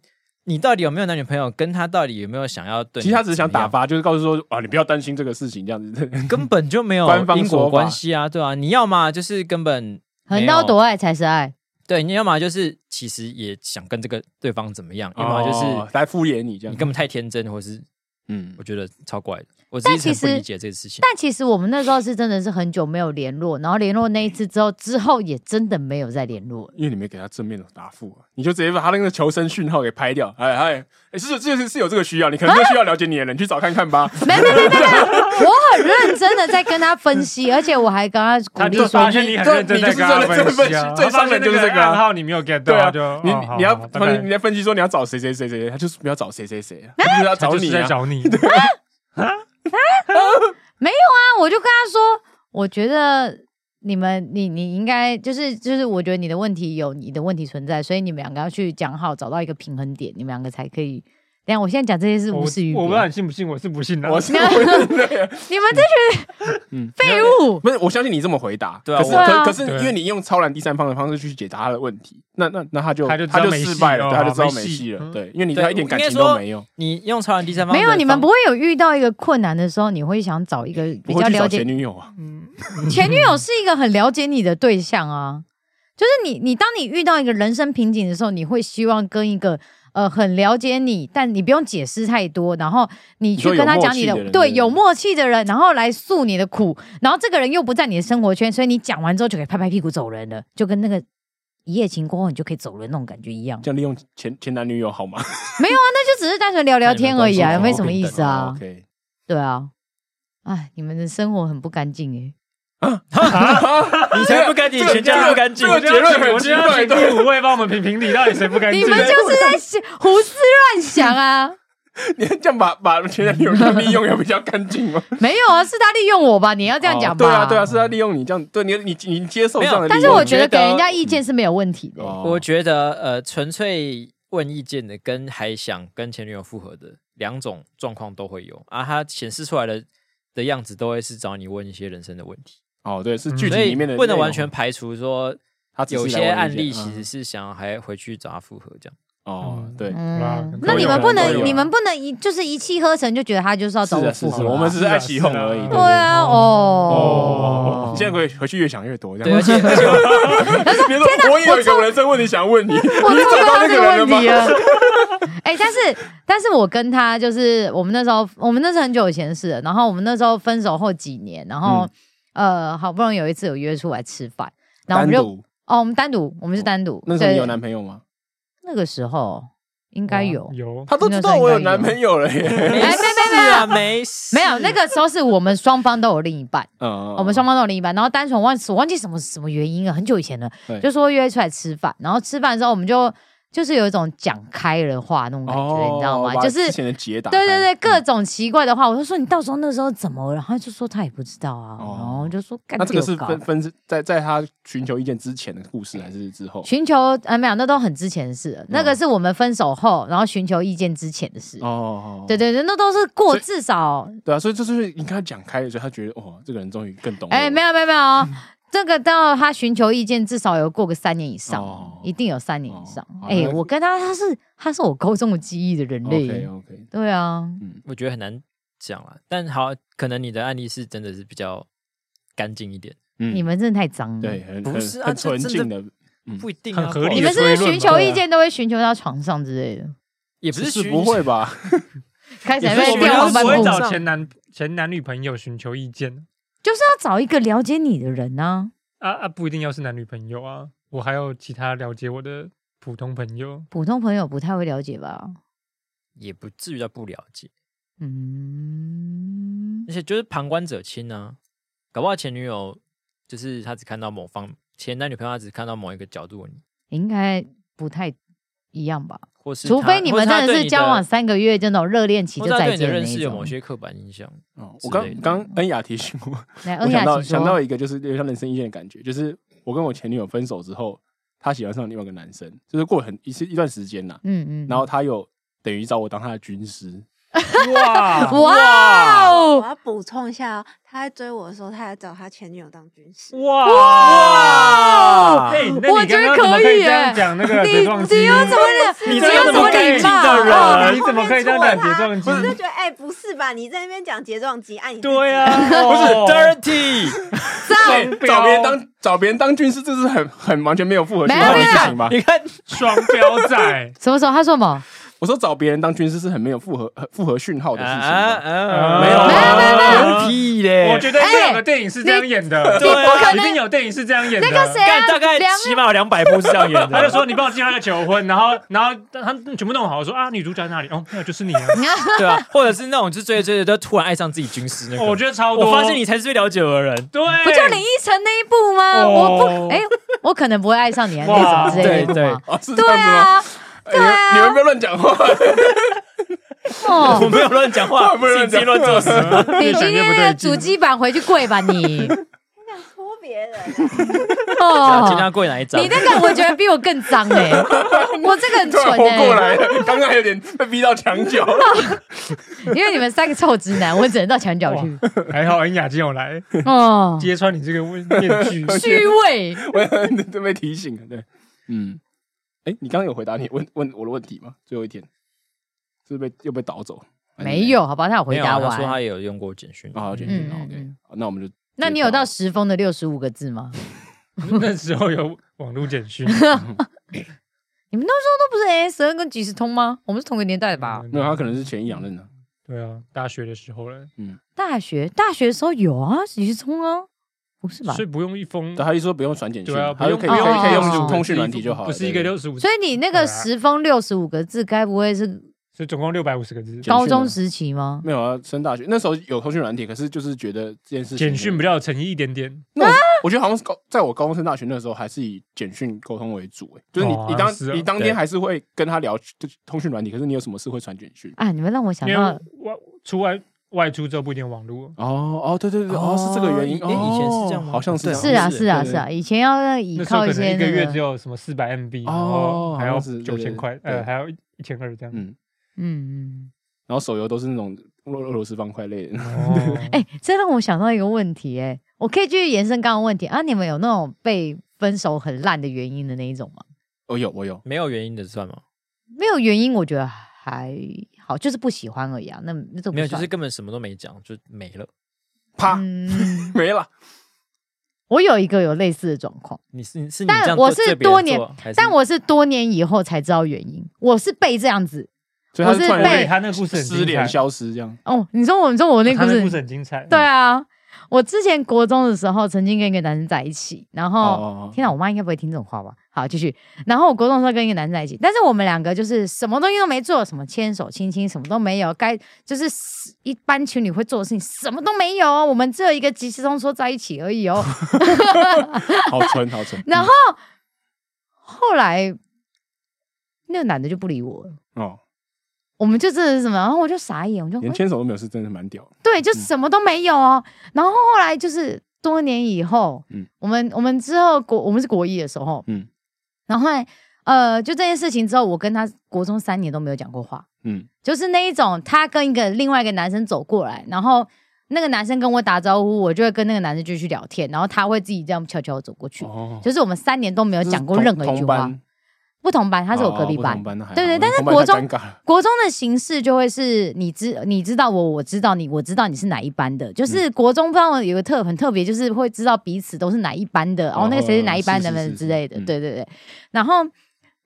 你到底有没有男女朋友，跟他到底有没有想要对你
其
怎么样，
实他只是想打发，就是告诉说啊，你不要担心这个事情，这样子。
根本就没有
官方
因
说
果
法
关系啊，对啊，你要嘛就是根本
横
没
刀
有
夺爱才是爱。
对，你要嘛就是其实也想跟这个对方怎么样，要么就是
哦来敷衍你这
你
样。
根本太天真，或是
嗯
我觉得超怪的，我自己
其
很不
实
理解这个事情。
但其实我们那时候是真的是很久没有联络，然后联络那一次之后，之后也真的没有再联络了。
因为你没给他正面的答复啊，你就直接把他那个求生讯号给拍掉。哎哎，哎是这是是有这个需要，你可能就需要了解你的人，去找看看吧。
没没没没没，我很认真的在跟他分析，而且我还跟他鼓
他
励
就
说
发，现你很认真在跟他分析啊，
对你就是真的真的分析最伤人就是这个啊
然后你没有 get
对
到，
啊
就，
你
哦好
你要
好拜拜
分你在分析说你要找谁谁谁谁，他就是不要找谁谁谁，他就是要
他
找
就是
你
在
啊。
找你，
哎那我就跟他说，我觉得你们你你应该就是就是，我觉得你的问题有你的问题存在，所以你们两个要去讲好，找到一个平衡点，你们两个才可以。等一下我现在讲这些是
我
无视于别
我不知道
人，
你信不信，我是不信的。 啊
我是对，
你们这群
嗯
废物。
不是我相信你这么回答，
对啊
可是
我
对
可
啊
可是
对
因为你用超然第三方的方式去解答他的问题，那那那他就
他就知道
他就
没戏
失败了，
哦
对他就知道
没
没
戏
戏了。
嗯
对，因为你对
对
他一点感情
我应该
都
说
没有，
你用超人第三方
没有，
的
你们
方
不会有遇到一个困难的时候，你会想找一个
不
比
会
较
去
了
找
解
前女友啊。
前女友是一个很了解你的对象啊，就是你，你当你遇到一个人生瓶颈的时候，你会希望跟一个呃很了解你，但你不用解释太多，然后你去
你说有
跟他
默
讲
契
你的
的人
对
对
有默契的人，然后来诉你的苦，然后这个人又不在你的生活圈，所以你讲完之后就可以拍拍屁股走人了，就跟那个一夜情过后你就可以走人那种感觉一样。
这样利用前前男女友好吗？
没有啊，那就只是单纯聊聊天而已啊，
看你
没
们
什么
关系
意思啊。
OK，
对啊，哎，你们的生活很不干净哎、
啊
你才不干净，全家不干净
这。个结论很
我
奇
就要
怪
请
对啊
第五位帮我们评评理，到底谁 不干净？
你们就是 在想胡思乱想啊。
你这样把把前男友的利用也比较干 净吗？
没有啊，是他利用我吧？你要这样讲吧、
哦对啊，对啊，。是他利用你这样，对你你你接受这样的利用，
但是我觉得
我觉得
给人家意见是没有问题的、
哦
我觉得呃，纯粹问意见的跟还想跟前女友复合的两种状况都会有啊，他显示出来的的样子都会是找你问一些人生的问题，
哦，对，是
嗯
剧
所
情
以
里面的内容，
不能完全排除说
他只是
有
来
些
问
案
意
例
见
其
嗯
实是想还回去找他复合这样。
哦
嗯，
对，
嗯
那你们不
都有啊
能，你们不能一就是一气呵成就觉得他就是要
是
找我
的是
复
啊
的是啊
合吧、
的我们只是爱哦起哄而已
啊对啊，哦，
哦
你现在回回去越想越多，这
对，
样
而。且而且我
别说，我也有一个人生问题想问你，
我
你
都
找
问
到
到
那
这
个
个
人了
问
吗
题？了。 哎、但是但是我跟他就是我们那时候，我们那是很久以前的事了，然后我们那时候分手后几年，然
嗯
后、呃，好不容易有一次有约出来吃饭，然后我
单
们就
独
哦，我们单独，我们是单独，
那时候你
对
有男朋友吗？
那个时候应该有
哇，有，
他都知道我有男朋友 了耶。
没事啊，没事，
没有？那个时候是我们双方都有另一半，
嗯
我们双方都有另一半，然后单纯忘我忘记什么什么原因了，很久以前了
对，
就说约出来吃饭，然后吃饭的时候我们就就是有一种讲开了话那种感觉，你知道吗？
哦把
就是
之前的结打开，嗯
对对对，各种奇怪的话，我就说你到时候那时候怎么了？然后他就说他也不知道啊，
哦
然后我就说干
那这个
丢
是
搞
分分在在他寻求意见之前的故事，还是之后？
寻求啊没有，那都很之前的事了，那个是我们分手后，然后寻求意见之前的事。
嗯哦，
对对对，那都是过
所以
至少
对啊，所以这就是你跟他讲开了，所以他觉得哦，这个人终于更懂我。
哎、没有没有没有
嗯
哦，这个到他寻求意见，至少有过个三年以上，
哦
一定有三年以上
哦。好
哎、
那
我跟他，他是他是我高中的记忆的人类。
OK 哦 OK，
对啊，
我觉得很难讲啊。但好，可能你的案例是真的是比较干净一点，
你
嗯，
们真的太脏了。
对，很
不是啊
很很
这
纯净
真
的，嗯
不一定啊
很合理。
你们是不是寻求意，见都会寻求到床上之类的？
也不是
是
虚
不会吧？
开始
也
还
不是我们
在电
要
话
不
办
会
公
找
室，
前男前男女朋友寻求意见
就是要找一个了解你的人啊，
啊啊，不一定要是男女朋友啊，我还有其他了解我的普通朋友。
普通朋友不太会了解吧？
也不至于到不了解，
嗯，
而且就是旁观者清啊，搞不好前女友就是他只看到某方，前男女朋友他只看到某一个角度的你，
应该不太，一样吧，
或是
除
他
非你
或
们
是他
真
对
是
你
交往三个月这种热恋期
或
就是
他
再
对你的
见的
认
那一
识有某
种。
些刻板印象。
哦，
之
我
类的
刚刚恩雅提 醒我，
来，
我
恩
想
雅
到
请
想到
说。
一个就是有点像人生意见的感觉，就是我跟我前女友分手之后，她喜欢上另外一个男生，就是过了很一一段时间啦，
嗯嗯，
然后她有等于找我当她的军师，
哇，
哇
我
哦，
要补充一下哦，他在追我的时候，他还找他前女友当军师。
哇！哎，那
我
你
觉得
刚刚怎么可
可以
以这样
耶
讲那个
你
睫状肌
你又怎么忍？
你
这
这
又
样
怎
怎
么
么
可以
礼
进
貌？
的人
哦
你怎么可以这样讲睫状肌
我就觉得，哎、不是吧？你在那边讲睫状肌，哎、你自己
对啊，
不
不
是 dirty，
双标，
找别人当找别人当军师，这是很很完全没有复合性
没有
的
没有
事情吧？
你看
双标 仔，
什么时候？他说什么？
我说找别人当军师是很没有复合很复合讯号的事情吧。
啊
没
有
没有没有
有屁嘞！
我觉得这两
哎
个电影是这样演的，
你
对
不
啊，
可
一
能
定有电影是这样演的。
那个谁啊
干，大概
梁
起码有两百部是这样演的。
他就说：“你帮我介绍一个求婚。”然后，然后他全部弄好，我说：“啊，女主角在哪里？”哦，那就是你 啊！
对啊，或者是那种就追着追着就突然爱上自己军师那个。
哦我觉得超多，
我发现你才是最了解我的人。
对，
不就 林依晨那一部吗？
哦
我不，哎，我可能不会爱上你啊，那
哇
种之类的
对
吗？
哦，是这
对
样子吗？
啊，
哎你们
对啊
你们不要乱讲话。
哦
我，没有乱讲话，
我没有乱
自
讲
己
话
乱做事。
你
越
今
想越不
天
对
的
劲
主机板回去跪吧你。
想拖别人，
今天要
哦，
跪哪一张？
你那个我觉得比我更脏哎，我这个 很
突然
蠢
活啊过
哎，
来了， 刚刚有点被逼到墙角。
因为你们三个臭直男，我只能到墙角去。
还好恩哎雅今天有来
哦，
揭穿你这个面 具。
虚伪。
我都被提醒了，对，嗯，哎、你刚刚有回答你问问我的问题吗？最后一天是不是被又被导走？
没有，好吧，那我回
没有啊
答
他说
完。
他也有用过哦简讯
啊，好，简讯
嗯
好
嗯
，OK，
嗯
好那我们就
那你有到十封的六十五个字吗？
那时候有网络简 讯，
你们那时候都不是 S N 跟即时通吗？我们是同个年代的吧？
没有？他可能是前一两任的，
嗯对啊，大学的时候了，
大学大学的时候有啊，即时通啊，不是吧？
所以不用一封
但，嗯他一说不用传简讯，
对啊，不
他就
用
可以
不
可
用
以可以
哦
用
哦
通讯软体就好了，
不是一个
对
六十五，
所以你那个
对啊
十封六十五个字，该不会是
所以总共六百五十个字。
简讯啊
高中时期吗？
没有啊，升大学那时候有通讯软体，可是就是觉得这件事情
简讯比较有诚意一点点，
那我我觉得好像是高，在我高中升大学那时候，还是以简讯沟通为主、欸。就是你、
哦
你当
是啊
你当
对
天还是会跟他聊就是通讯软体，可是你有什么事会传简讯？
啊，你们让我
因
想
为
到
外出外外出之后不一定有网络，
哦哦，对对对，哦是这个原因。
哦以以前是这样
哦
吗
好像是
对
是啊
是
是啊
对
是啊，以前要倚
那时
靠
候可能
些
一个月
那
只
个
有什么四百 MB，然
哦
后还要
好像是对
九
对
千块，
对
呃，还要一千二这样。
嗯，
嗯嗯。
然后手游都是那种俄俄罗斯方块类 的，
哦，
哎、这让我想到一个问题、哎，我可以继续延伸刚刚的问题啊。你们有那种被分手很烂的原因的那一种吗？
我哦有我有，
没有原因的算吗？
没有原因，我觉得还好，就是不喜欢而已啊。那那这不
没有，就
算
是根本什么都没讲就没了。
啪、
嗯，
没了。
我有一个有类似的状况，
你是你是你
但
这样
我
做
是
对别人
多年
做还是
但我是多年以后才知道原因，我是被这样子
所以他突
我是
对
被
然
他那个故事很精彩
失联消失这样。
哦。你说我，你说我那
他
故
那
事，
故事很精
嗯
彩。
对啊，我之前国中的时候曾经跟一个男生在一起，然后。
哦
天哪，啊我妈应该不会听这种话吧？好，继续。然后我国中的时候跟一个男生在一起，但是我们两个就是什么东西都没做，什么牵手、亲亲，什么都没有，该就是一般情侣会做的事情，什么都没有哦。我们只有一个即时通说在一起 而已哦。
好纯好纯。
然后后来那个男的就不理我了，
嗯哦，
我们就真的是什么，然后我就傻眼，我就
连牵手都没有，是真的蛮屌的。
对，就什么都没有哦。然后后来就是多年以后，
嗯
我们我们之后国我们是国一的时候，
嗯
然后后来呃，就这件事情之后，我跟他国中三年都没有讲过话，
嗯，
就是那一种他跟一个另外一个男生走过来，然后。那个男生跟我打招呼，我就会跟那个男生就去聊天，然后他会自己这样悄悄地走过去。
哦，
就是我们三年都没有呃讲过任何一句
同
话
班，，
不同班，他是我隔
哦
壁
不
班
同。班那还好
对对但是
同班
国
太尴
中
尬了
国中的形式就会是你知你知道我，我知道你，我知道你是哪一班的。
嗯
就是国中不知道有个特很特别，就是会知道彼此都是哪一班的，哦，那个谁是哪一班的
是是是
之类的
是。嗯
对对对。然后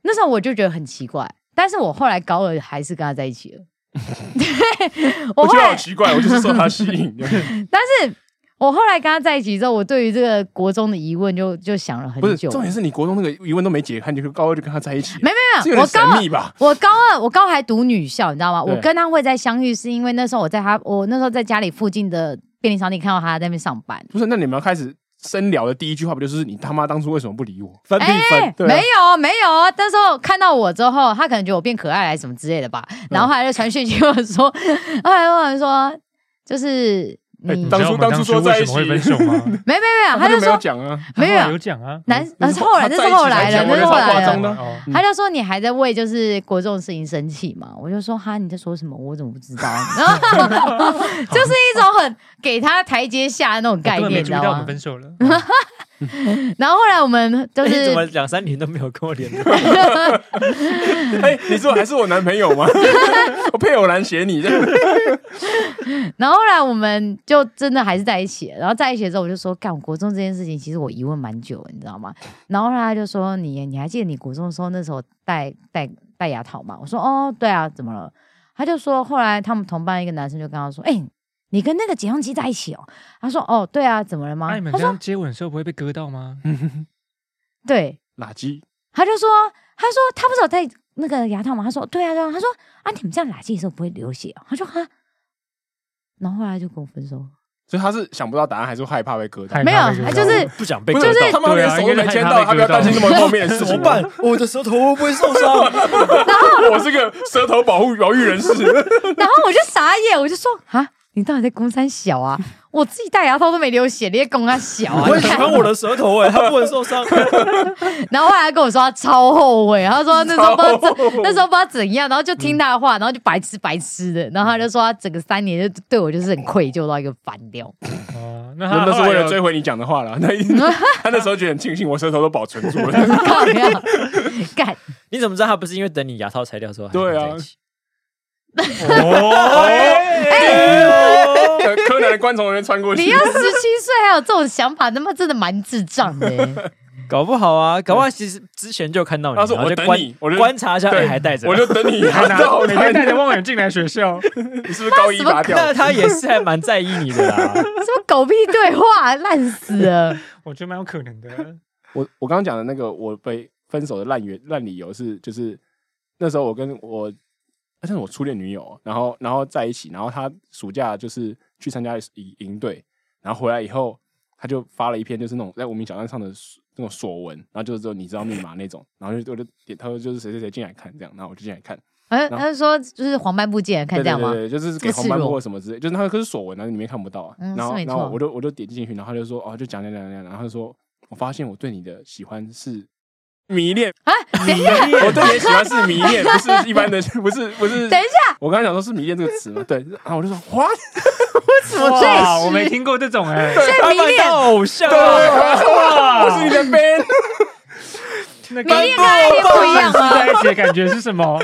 那时候我就觉得很奇怪，但是我后来高二还是跟他在一 起了。对，我
我
后
觉得好
来，
奇怪，我就是受他吸 引。这样
但是我后来跟他在一起之后，我对于这个国中的疑问就就想了很
不是，
久。
重点是你国中那个疑问都没解开，你就高二就跟他在一起，
没没
这
没
有
啊有，我
点
高
神
二
秘吧？
我高二，我高还读女校，你知道吗？
对
我跟他会在相遇，是因为那时候我在他，我那时候在家里附近的便利商店看到他在那边上班。
不是，那你们要开始深聊的第一句话不就是你他妈当初为什么不理我？分必分，对啊
哎没有没有啊！那时候看到我之后，他可能觉得我变可爱还是什么之类的吧，
嗯
然后后来就传讯息我说， 后来我说就是
哎
你
你、
知
当
道
初
我们
当初说
为
在一
什么会分
起
手吗？
没没没有，
他
他就
就没有
说
讲啊，
没
他后来有
有
讲啊，
男，
他
那是后来，
他
那
在一
是
起
后来
才
的，
讲
那
我
是
觉得
后
超夸
来
张
的
的。
哦
嗯
他就说你还在为就是国中的事情生气嘛，我就说哈你在说什么，我怎么不知 道？然后就是一种很给他台阶下的那哦种 概
我根本没
念，你
注
知
意
道
到我们
吗？
分手 了。哦
然后后来我们就
哎 你
是
怎么两三年都没有跟我联 络？
哎，你说还是我男朋友吗？ 我配偶栏写你，
然后后来我们就真的还是在一起了，然后在一起之后我就说，干，我国中这件事情其实我疑问蛮久的，你知道吗？然后后来他就说，你你还记得你国中的时候那时候戴戴戴牙套吗？我说哦，对啊，怎么了？他就说，后来他们同班一个男生就跟他说，哎、你跟那个解放机在一起哦？他说哦，对啊，怎么了吗
那你？们
他
这
说
样接吻的时候不会被割到吗？
嗯
对，
垃圾，
他就说，他说他不是有戴那个牙套吗？他说对啊对啊，他说啊你们这样拉圾的时候不会流血哦？他说哈，然后后来就跟我分手 了。
所以他是想不到答案，还是害怕被割到？
害怕
没有
被割，到
就是
不想被
不
割
是
到，
他们
对
连
啊
手都
因为
没
害
牵
怕
到，
被
他不要
割到
担心这么后面的 事
怎么
情。
办？我的舌头会不会受伤？
我是个舌头保护保育人士，
然后我就傻眼，我就说啊，你到底在攻三 小啊？我自己戴牙套都没流血，你也攻他小啊？
我很喜欢我的舌头 哎，它不能受伤。
然后后来他跟我说他超后悔，他说那时候不知道怎那时候不知道怎样，然后就听他的话，然后就白痴白痴的，然后他就说他整个三年就对我就是很愧疚到一个翻 掉。
哦，那他
那是
后
为了
来
追
有
回你讲的话了。 那他那时候觉得很庆幸，我舌头都保存 住了。
靠呀干，
你怎么知道他不是因为等你牙套拆掉之后还
对
跟
啊
你在一起？
哦
哦，
呃柯南的观众那边穿过去
你，要十七岁还有这种想法，他妈真的蛮智 障的、欸。
搞不好啊，搞不好其实之前就看到你，
他说
然后
我
就
等
观
你我就
观察一下，
对
哎，还戴着，
我就等你
还
拿
拿
到，
每天带着
你
望远镜来学校，
是不是高一拔掉？
那他也是还蛮在意你的 啦。
什么狗屁对话，烂死了！
我觉得蛮有可 能的。
我我刚刚讲的那个我被分手的烂原烂理由是，就是那时候我跟我，那是我初恋女友，然后然后在一起，然后她暑假就是去参加营营队，然后回来以后，她就发了一篇就是那种在无名小站上的那种所文，然后就是说你知道密码那种，然后就我就点，她说就是谁谁谁进来看这样，然后我就进来看，
哎，
然后
他说就是黄斑部进来看
对
这样吗？
对对对，就是
这
给
么
红
赤
斑部
裸
或什么之类，就是他可是锁文啊，你面看不到啊。
嗯
然后
是没
然后
错
我就我就点进去，然后他就说哦，就讲讲讲讲，然后他就说我发现我对你的喜欢是迷恋，
啊，等一下，
我对你的喜欢是迷恋，不是一般的，不是不是。
等一
下，我刚才讲说是迷恋这个词嘛，对，然后我就说 what，
哇，我没听过这种 哎，
啊
他把你当偶像啊，
对，我是你的 fan，
那
迷恋跟爱恋不一样
跟
啊吗？
在一起的感觉是什么？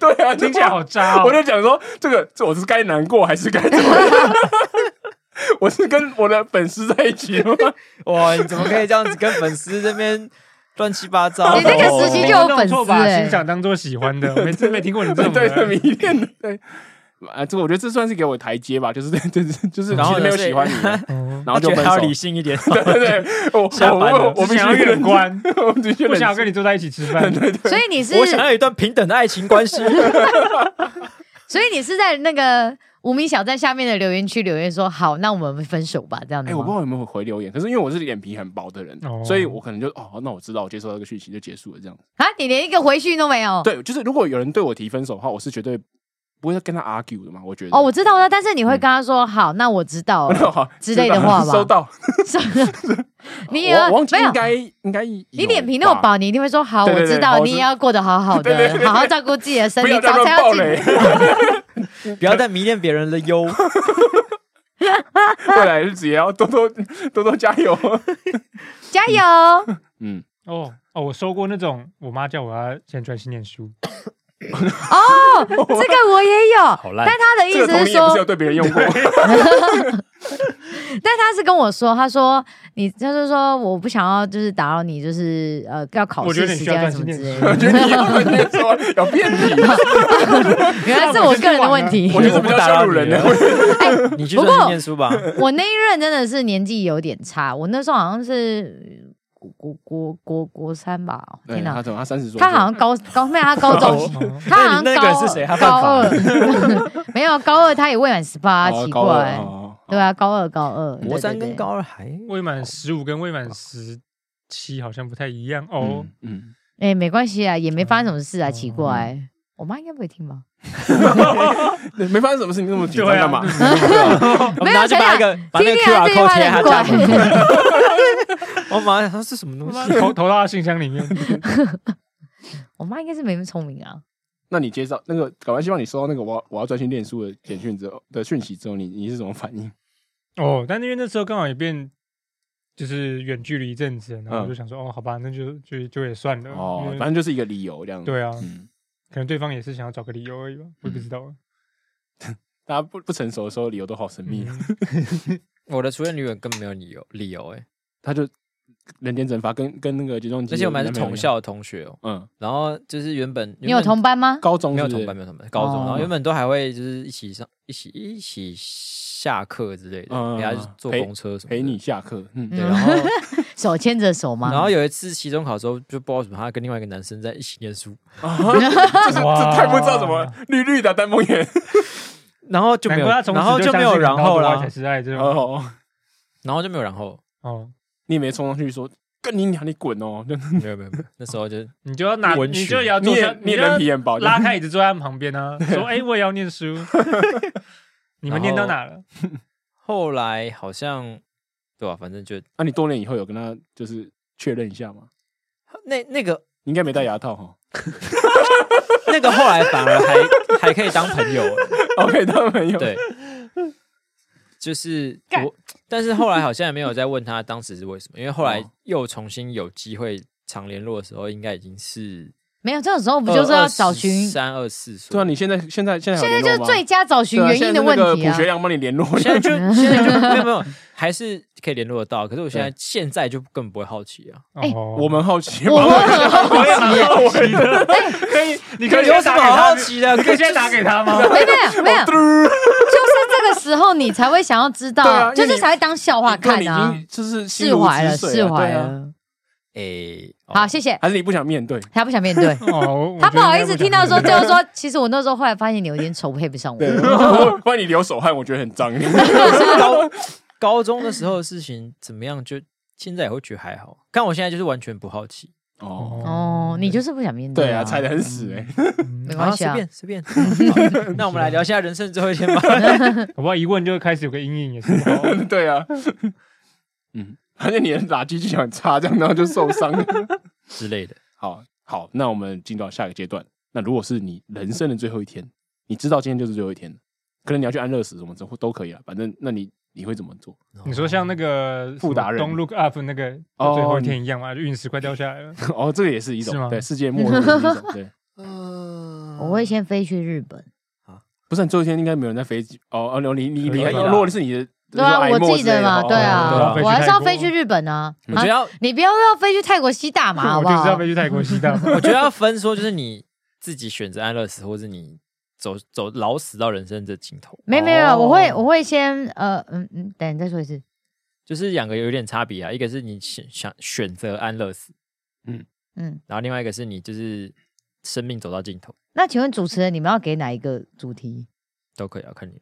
对啊，
听起来好渣
我
哦。
就讲说，这个这我是该难过还是该怎么样？ 我是跟我的粉丝在一起吗？
哇，你怎么可以这样子跟粉丝这边乱七八糟？
你这个时期就有粉丝
错把
欸
欣赏当做喜欢的，我没没听过你这种
对对对，
的。
迷恋 的对。啊，这个我觉得这算是给我台阶吧，就是就是就是，
然
其
后呢
实没有喜欢你，
哦
然后
他
就
觉
分
得
手
他要。 理性一点，
对对对，我
下
我
班
我
了
我
只
必须
想要远
忍，
观，
我必须
不想要
忍。
跟你坐在一起吃 饭。
所以你是，
我想要有一段平等的爱情关系。
所以你是在那个无名小站下面的留言区留言说，好，那我们分手吧，这样的
哎，
吗。
我不知道有没有回留言，可是因为我是脸皮很薄的人
哦，
所以我可能就哦，那我知道我接收到这个讯息就结束了这样。
啊，你连一个回讯都没有。
对，就是如果有人对我提分手的话，我是绝对不会跟他 argue 的嘛，我觉得。
哦，我知道了，但是你会跟他说，好，那我知道 了，
好
之类的话吧
收到。
你也
我
要
我忘记
没有
应。该应该
你
你
脸皮那么薄，你一定会说好，
对对
我
对
知道，
好
你也要过得好好
对对对
的，好好照顾自己的身
不
体，
要再
早
乱
餐
爆
要
雷
进。
不要再迷恋别人的忧。
未来日子也要多多多多加油。
加 油！
嗯，
哦哦，我收过那种，我妈叫我要先专心念书，
哦这个我也有，
好烂
但他的意
这个
思
童年也不
是说
哎是有，对别人用过。
但他是跟我说，他说你，他就说我不想要，就是打扰你，就是呃要考
我觉
试
得你
时
需要
间啊
专
什
心
么之
念书
类的。
我觉得你要念说有变 体，
原来是我个人的问题。 哎
我觉得比较羞辱人呢。
你去专心念书吧。
我那一任真的是年纪有点差，我那时候好像是呃国国国国三吧，天哪！
怎么？他三十岁
他好像高高没有，他 高中，他好像
那你那个人
高
是谁他犯
高
法
二没有高二，他也未满十八，
哦
奇
哎
高二
怪
哦。
对啊，高二高二，
国三
对对
跟
对
高二还
未满十五跟未满十七好像不太一样哦
嗯。
嗯，
哎、没关系啊，也没发生什么事啊，奇怪、
嗯
我妈应该不会听吧？
对嗯 没发生什么事，你那么紧张
对啊
干嘛？
我们拿去把一个把那个
听起来
QR
啊这句
code 贴
话
在他家
很
门口。 我马上想说是什么东
嗯
西？
投投到他信箱里面，
我妈应该是没那么聪明啊。
那你接到那个，搞完希望你收到那个我要我要专心念书的简讯之后的讯息之后，你你是怎么反应？
哦，但因为那时候刚好也变就是远距离一阵子，然后我就想说，哦，好吧，那就就就也算了。
嗯哦
因，为
反正就是一个理由这样。
啊对啊，
嗯，
可能对方也是想要找个理由而已吧，我也不知道。
大家不不成熟的时候，理由都好神秘啊。
嗯
我的初恋女友根本没有理由理由哎，
他就人间蒸发，跟跟那个集中机，
而且我们还是同，校的同学哦。
嗯，
然后就是原本
你有同班吗？
高中
没
是
有
不是
同班没有同班，高中，
哦
然后原本都还会就是一起上一起一起下课之类的，
嗯
陪他去坐
陪
公车什么的
陪你。下课，嗯，
对，然后
手牵着手吗？
然后有一次期中考的时候，就不知道为什么他跟另外一个男生在一起念书，
这
哇
太不知道怎么绿绿的丹凤眼，
然后就没
难
有，
怪他从
然后
此就
没有然后
了，
啦
才，是爱这种。
哦，
然后就没有然后，
哦，
你也没冲上去说跟你娘，你滚哦，就
没有没有没有，那时候就
你就要拿，
文
你
学
就也要
你
坐下
也，你也人皮眼包，
就要拉开椅子坐在他们旁边啊，说：“哎，我也要念书。”你们念到哪了？
后来好像对吧、啊反正就
啊那你多年以后有跟他就是确认一下吗？
那那个
你应该没戴牙套哈。
那个后来反而还还可以当朋友了，
OK，他没有。，
对， 就是我，但是后来好像也没有再问他当时是为什么，因为后来
哦
又重新有机会常联络的时候，应该已经是
没有，这种时候不就是要找寻？
三二四岁
对啊，你现在现在现在
现在就是最
最
佳找寻原因的问题
朴
啊
学！良帮你联络，
现 在就现在就没有没有，还是可以联络得到。可是我现在现在就根本不会好奇啊，
哎
我
我
们好奇，
我
们
可以，你可以
有
先
什
打
么
给
好
他，
好奇的？
你可以先打给他 吗？
没有
哦
没有没有，就是这个时候你才会想要知
对啊
道，
因为
就是
你
才会当笑话看
对
啊
你已。经就是心
释
如
怀了，
止水
释怀
对啊
了。
哎，哦
好，谢谢。
还是你不想面对？
他不想面对，
哦，
他不好意思听到说，
这
最后说，其实我那时候后来发现你有点丑，配不上我。
对， 不然你流手汗，我觉得很脏。
高高中的时候的事情怎么样？就现在也会觉得还好，但我现在就是完全不好奇，
哦，
哦，你就是不想面
对
啊，
啊，踩的很死哎。
嗯
没
啊，
关系
随
啊。
便随便。 好那我们来聊一下人生最后一天吧。
我不好一问就开始有个阴影也是不好。
对啊，嗯，而且你的打击技巧很差，这样然后就受伤。
之类的。
好好，那我们进到下一个阶段。那如果是你人生的最后一天，你知道今天就是最后一天了，可能你要去安乐死什么之后都可以了，反正那你你会怎么做？
你说像那个
富达人
Don't Look Up 那个
哦
最后一天一样嘛，就陨石快掉下来了。
哦，这个也是一
是吗
种对世界末日的一 种对。
嗯
我会先飞去日本。
不是，你最后一天应该没有人在飞机哦哦，你你你
可以啦
如果是你的，
对啊，
比如
我
说 IMO
自己
之类
的
哦
嘛，对
对
啊
啊，
我还是要飞
飞去泰国
去日本啊。
我觉
啊
得要，
你不要要飞去泰国吸大麻 好
我
不
就是要
好
飞？去泰国西藏。
我觉得要分说，就是你自己选择安乐死，或是你走走老死到人生的尽头，
没有没有没有，
哦
我会我会先呃嗯嗯，等你再说一次。
就是两个有点差别啊。一个是你选想选择安乐死，
嗯，
然后另外一个是你就是生命走到尽头
那请问主持人，你们要给哪一个主题？
都可以啊，看你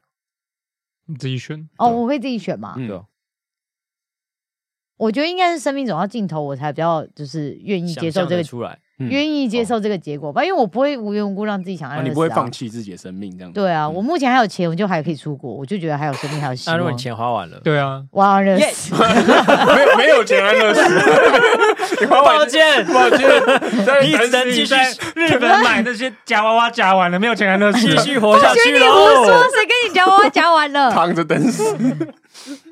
你自己选，
哦，
对
我会自己选嘛。
嗯
对啊
我觉得应该是生命走到尽头，我才比较就是愿意接
想
受
象
这
得
个
出来。
嗯
愿意接
哦
受这个结果吧，因为我不会无缘无故让自己想
啊
安乐死、啊
你不会放。弃自己的生命这样子。
对啊，
嗯
我目前还有钱，我就还可以出国，我就觉得还有生命，还有希
那
望。
如果你钱花完了，
对啊，
我要安乐死，
没有没有钱安乐 死，你花
抱
完
歉，
抱 歉，在
你只能继续
在日本买那些夹娃娃夹完了，没有钱还乐死
继
了。
续活下
学
去
你胡说
喽。，
谁跟你讲我讲 完了？
躺着等 死。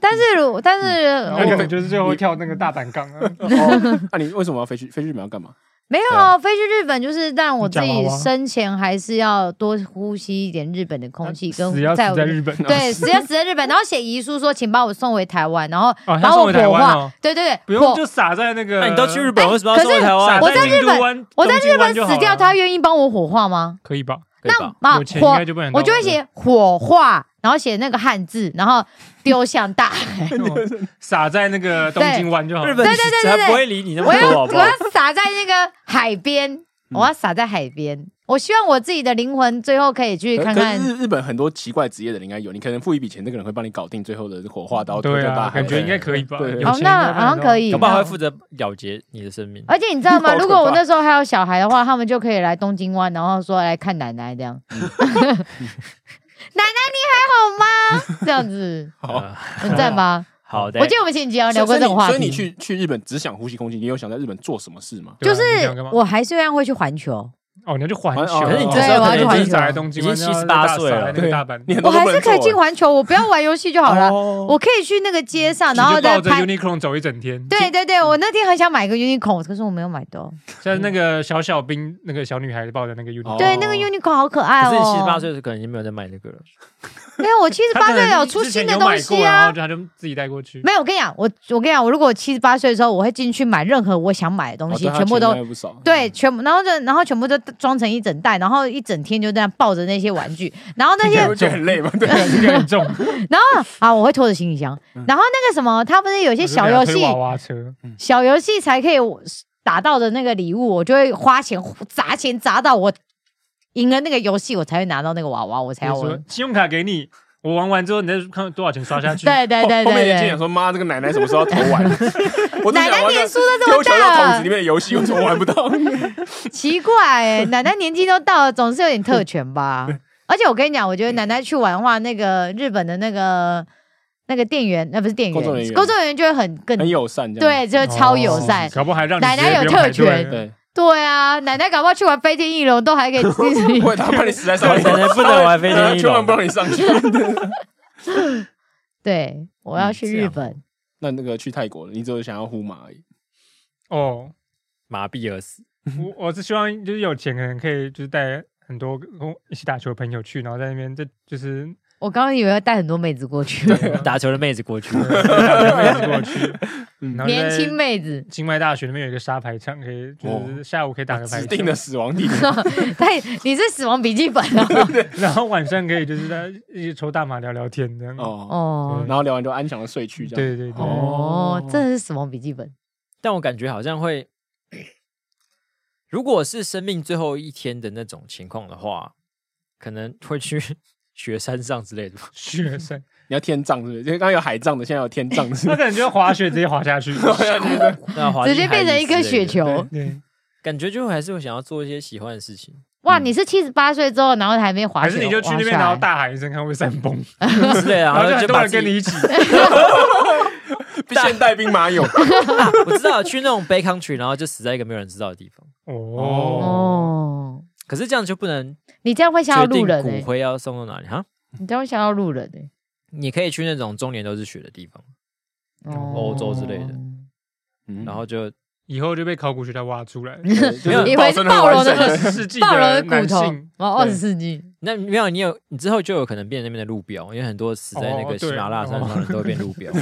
但是如但是
那可能
我
就是最后会跳那个大板杠啊。
哦，那你为什么要飞去飞去日本要干嘛？
没有啊，飞去日本就是让我自
你讲
己
娃娃
生前还是要多呼吸一点日本的 空气，跟
死要
在
死
我
在日本。
对，死要死在日本，然后写遗书说，请把我送回台湾，然后
哦，他
把
送
我
回台
火
湾
化
哦，，
对对
不
对，
用
火
就撒在那个。
哎那你都去日本，为啊什么要
哎可
送回
是
台
撒
湾？
我
在
在
京
日本
都湾，
我在
东京
日
湾
本
就好
死掉，
了
他愿意帮我火化吗？
可以吧？
可以吧
那
有钱应
火
该就不能。
我就会写火化，然后写那个汉字，然后丢向大海。
撒在那个东京湾就好了。
日本
对对对对对
才不会理你那么
我要
多，好
我
不好？
要撒在那个海边，我要撒在海边。我希望我自己的灵魂最后可以去
可
看
可是
看，
日日本很多奇怪职业的人应该有，你可能付一笔钱，那个人会帮你搞定最后的火化刀，推
对
着大
啊，
海
感觉
对
应该可以吧？
对
有
好，
钱应
哦那
该办
好像
得到
可以。
搞不好
那
还
我
会负责了结你的生命。
而且你知道吗？
好可怕
如果我那时候还有小孩的话，他们就可以来东京湾，然后说来看奶奶这样。 奶奶你还好吗？这样子
呃
很赞吧？
好的，
我记得我们前几集有聊过
所以
这个话题。
所以你所以你去去日本只想呼吸空气，你有想在日本做什么事吗？
对啊
就是
你想干嘛
我还是一样会去环球，
哦，你要去环
环
球，
哦可是你这
时候对我要可能去已经
已
环球
经来东京，
已经
然后
78
大
岁
扫
了
那个
对
大阪
你 很
我
多都
还
不
是
能
可以
做
进
欸
环球，我不要玩游戏就好了。
哦
我可以去那个街上，然
你
后
就抱
再
着
拍。
unicorn 走一整天。
对对对，我那天很想买一个 unicorn，可是我没有买到。
像那个小小兵，那个小女孩抱着那个 unicorn，
对，那个 unicorn 好可爱
可
哦。
是你七十八岁，的时候可能已经没有在卖这个 了。
没有我七十
他
八
可
岁
能
有出
之前
新的
有
东
买过
西
然
啊
后。他就自己带过 去。
没有，我跟你讲，我我跟你讲，我如果七十八岁的时候，我会进去买任何我想买的东
哦
西，
对他
全部都
钱应该不少。
对，全部，然后就然后全部都装成一整袋，然后一整天就这样抱着那些玩具，然后那
你
些
会觉得很累吗？对，
这个很 重，
然后啊，我会拖着行李箱，然后那个什么，它不是有些小游
我就给他推娃
戏，
娃车，
小游戏才可以打到的那个礼物，我就会花钱砸钱砸到我赢了那个游戏，我才会拿到那个娃娃，我才要
比如
我
说。信用卡给你，我玩完之后你再看多少钱刷下去。
对对对
后面年
对
轻人
对，
说：“妈，这个奶奶什么时候要投完？”我都
奶
想
奶
玩
脸
那
输的这
丢
么
球到桶
大
子里，面的游戏，为什么玩不到？
奇怪哎、奶奶年纪都到了，总是有点特权吧。而且我跟你讲，我觉得奶奶去玩的话，那个日本的那个那个店员，那、不是店
工
员，
作人员哎
工作人员就会很更
很友善，这样
对，就是超友善。
哦搞不好还让你
奶奶
直
有
接不用排
特
队
权
对
对啊，奶奶搞不好去玩飞天翼龙都还可以自己
不会，他怕你死在上面，
奶奶不能玩飞天翼龙
千万不让你上去。
对，我要
嗯
去
这
日
样
本。
那那个去泰国了，你只有想要呼马而已。
哦。
麻痹而死，
我我是希望就是有钱可能可以就是带很多跟我一起打球的朋友去，然后在那边这就是
我刚刚以为要带很多妹子过去，
打球的妹子过 去，
打球过去，然后就
年
在，
轻妹子
清迈大学那边有一个沙排场，可以就是下午可以打个排
啊指
球，
定的死亡地点，
对，你是死亡笔记本 哦。
然后晚上可以就是在一起抽大麻聊聊天这样。
哦，
哦
然后聊完就安详的睡去，这样。
对对对，嗯
哦
哦，真的是死亡笔记本。
但我感觉好像会，如果是生命最后一天的那种情况的话，可能会去雪山上之类 的吧。
雪山，
你要天葬是不是？就刚刚有海葬的，现在有天葬是不
他
是？
可能就滑雪直接滑下去。
那滑进
直接变成一
海
颗
里之类
雪
的，
球。
对，
感觉就还是会想要做一些喜欢的事情
哇，你是七十八岁之后，然后还没滑
还
雪，
是你就去那边，
滑下
然
来
后大喊一声，看会不会山崩，
之类的，
然后就
然后
很
就
多
把
人
自
跟
己
你一起。
现代兵马 俑，
我知道去那种 Bay Country，然后就死在一个没有人知道的地方。
哦，
哦，
可是这样就不能
你这样会吓到
决
路
定
人
骨
哎，
灰要送到哪里哈？
你这样会吓到路人哎，
你可以去那种终年都是雪的地方，
哦
欧洲之类的
嗯
然后就
以后就被考古学家挖出来，
没
有
以为是暴龙的
二十世纪
哦暴 龙的
男
骨头
性，，
哦，二十世纪，
那没有你有你之后就有可能变成那边的路标，因为很多死在那
哦
个喜
对哦
马拉雅山上的人都会变路标。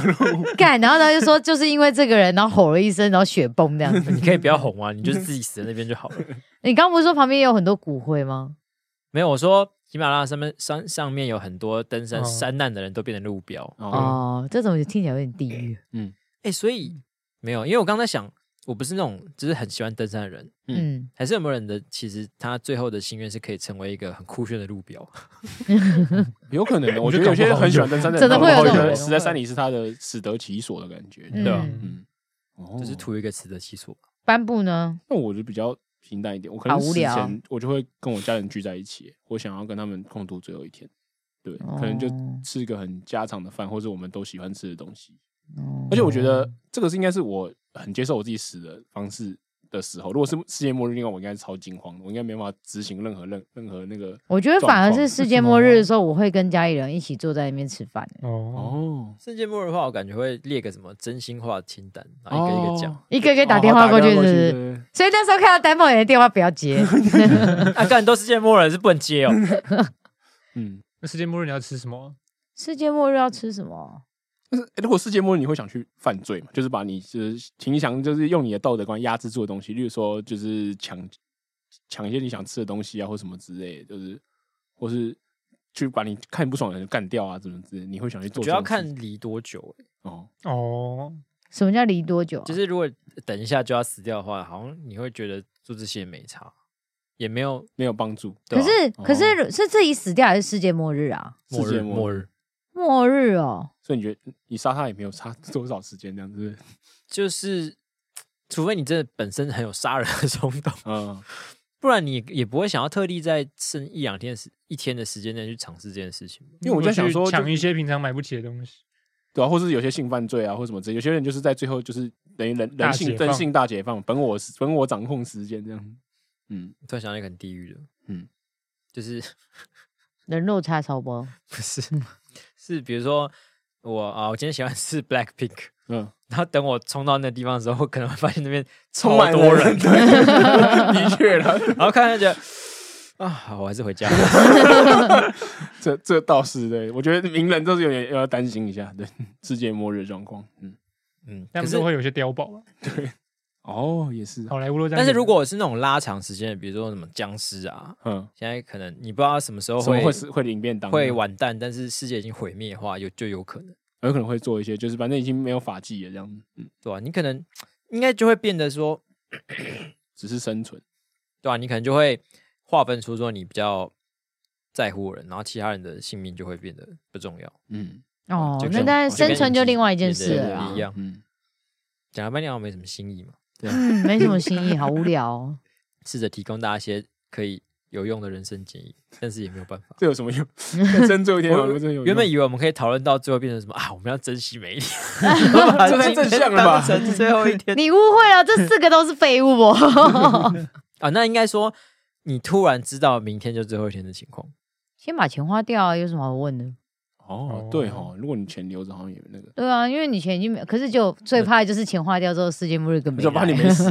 干，然后他就说就是因为这个人，然后吼了一声，然后雪崩这样子。
你 可以不要哄啊，你就是自己死在那边就好了。
你刚不是说旁边也有很多骨灰吗？
没有，我说喜马拉雅上面山上面有很多登山
哦
山难的人都变成路标。
哦，
哦，这种听起来有点地狱。
哎、所以没有，因为我刚才想，我不是那种就是很喜欢登山的人，
嗯，
还是有没有人的其实他最后的心愿是可以成为一个很酷炫的路标？
有可能的。哦我觉得有些人很喜欢登山的人，
真的会有
然后
这种
觉得
人
死在山里是他的死得其所的感觉。
嗯
对啊
嗯，哦
就是图一个词的基础。
颁布呢？
那我就比较平淡一点，我可
好
能
无
死
聊
前我就会跟我家人聚在一起，我想要跟他们共度最后一天。对，可能就
哦
吃一个很家常的饭，或者我们都喜欢吃的东西。
哦
而且我觉得这个是应该是我很接受我自己死的方式的时候。如果是世界末日那个，我应该是超惊慌的，我应该没办法执行任何任任何那个
我觉得反而
状况
是世界末日的时候，我会跟家里人一起坐在那边吃饭。
哦，
哦，
世界末日的话，我感觉会列个什么真心话清单，然后一个一个讲。
哦，
啊一个一个打电话过去，是不
对对
是？
对
所以那时候看到丹凤人的电话不要 接，
啊，干都世界末日了是不能接哦。
嗯。
那世界末日你要吃什么？
世界末日要吃什么？
但是、欸如果世界末日，你会想去犯罪嘛？就是把你就是秦翔，就是用你的道德观压制住的东西，例如说就是抢抢一些你想吃的东西啊，或什么之类的，就是或是去把你看不爽的人干掉啊，怎么之类的，你会想去
主
做这
要
种事情？
看离多久、欸
哦，
哦，
什么叫离多久啊？
就是如果等一下就要死掉的话，好像你会觉得做这些没差。也没有
没有帮助。
对
可
啊
是
哦
可是是自己死掉还是世界末日啊？
末
世
日
界末
末
日
日，
末日哦，
所以你觉得你杀 他也没有差多少时间，这样子，
就是除非你真的本身很有杀人的冲动，
嗯，
不然你也不会想要特地在剩一两天的时一天的时间内去尝试这件事情吧。
因为我在想说
去
就
抢一些平常买不起的东西，
对啊，或是有些性犯罪啊，或什么之类，有些人就是在最后就是等于人人
大解
性
放
人性大解放，本我本我掌控时间这样，嗯，
突然想到一个很地狱的，
嗯
嗯， 就是
人肉叉烧包，
不是是比如说我啊，我今天喜欢吃 Black Pink，
嗯，
然后等我冲到那地方的时候，我可能会发现那边
充
超
满
多人，
对，的确了，
然后看看觉得啊，好我还是回家吧。
这这倒是对，我觉得名人都是有点要担心一下，对世界末日状况，嗯，
嗯，
他
可
们
是
都会有些碉堡嘛。
哦，也是，
好莱坞都这样演的。
但是如果是那种拉长时间的，比如说什么僵尸啊，
嗯，
现在可能你不知道什么时候
什么
会
会是会领便当，啊
会完蛋，但是世界已经毁灭的话，有就有可能，
有可能会做一些，就是反正已经没有法纪了这样，嗯，
对吧、你可能应该就会变得说，
只是生存，
对啊吧、你可能就会划分出说你比较在乎的人，然后其他人的性命就会变得不重要。
嗯，
哦
就，
那
跟
当然
就跟
生存就另外一件事
对
了
不
啦
一。样。
嗯，
讲了半天好像没什么新意嘛，
嗯，没什么新意，好无聊 哦。
试着提供大家一些可以有用的人生建议，但是也没有办法。
这有什 么用？真最后一天有没有真的有用，
原本以为我们可以讨论到最后变成什么啊？我们要珍惜每一 天，我把
这太正
今天
向了吧
当成最后一天
你误会了，这四个都是废物哦。
啊，那应该说你突然知道明天就最后一天的情 况，
先把钱花掉啊，有什么好问的？
哦，对哦，如果你钱留着，好像也那个。
对啊，因为你钱已经没，可是就最怕的就是钱花掉之后，世界末日更没
就怕你
来
没死，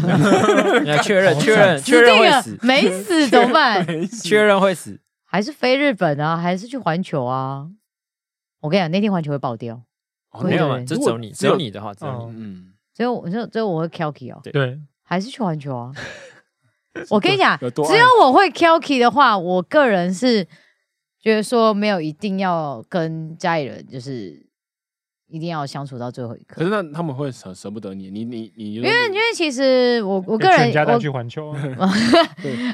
要确认确认
死
确认
定
会
了
死，
没死怎么办？
没死
确认会死。
还是飞日本啊，还是去环球啊？我跟你讲，那天环球会爆掉，
哦
对
没有啊嘛，
对
就
如
只
果
有你，
只
只有
有
你的话，只有你。
嗯
嗯，
所以我就所以我会 calky 哦，
对，
还是去环球啊？我跟你讲，
有多
只有我会 calky 的话，我个人是觉得说没有一定要跟家里人就是一定要相处到最后一刻
可，是那他们会舍舍不得你，你你你，因
因为因为其实我我
我
个人
全家
我
带去环球 啊，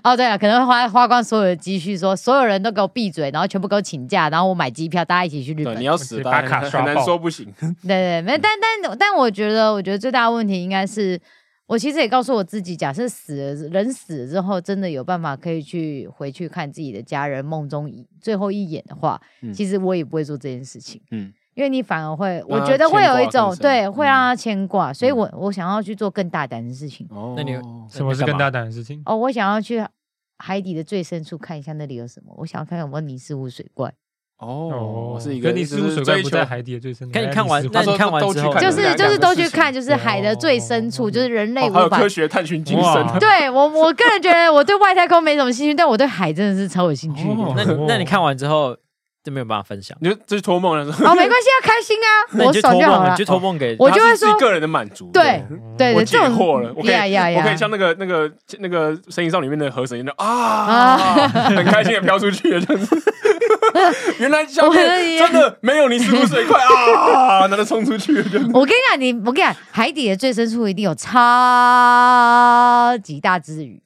哦，对了，可能会花花光所有的积蓄说，所有人都给我闭嘴，然后全部给我请假，然后我买机票，大家一起去日本。
对你
对
要嗯
直
死，
接
大
把
家
卡
很
刷
很难
爆
说不行，
对对，没有但但但我觉得，我觉得最大的问题应该是，我其实也告诉我自己，假设死了人死了之后，真的有办法可以去回去看自己的家人梦中一最后一眼的话，
嗯
其实我也不会做这件事情。
嗯，
因为你反而会，我
让他
觉得会有一
牵挂更
种
深
对，会让
嗯
他牵挂，所以我我想要去做更大胆的事情。
哦
那你
什么
那你
是更
干嘛
大胆的事情？
哦，我想要去海底的最深处看一下那里有什么，我想要看看有没有尼斯湖水怪，
哦，是一
可
个
你
就
似乎
是
水
追
怪不
求
在海底的最深，
可你
还在
看完
里斯
那
湖
你看完
都
之
去
后
看
就
了
是就是都去看，就是
哦
海的最深处，就是人类
哦还有
无法
科学探寻精
哇
神，
对我，我个人觉得我对外太空没什么兴趣，但我对海真的是超有兴趣的。
哦
哦，
那你那你看完之后就没有办法分享，
你就这是托梦了，
没关系，要开心
那
啊，
你
我
就
爽
托
就好
梦，
了
你就。托梦给
我就会
是自己
说
个人的满足，
对对
我
对，
解
这种
惑了，我可以
呀呀呀
我可以像那个那个那个《神隐少》里面的河神一样啊，很开心的飘出去了，这样子。 原来下面真的没有你死不水快 啊，那就冲出去了，这样
我跟你讲，你我跟你讲，海底的最深处一定有超级大只鱼，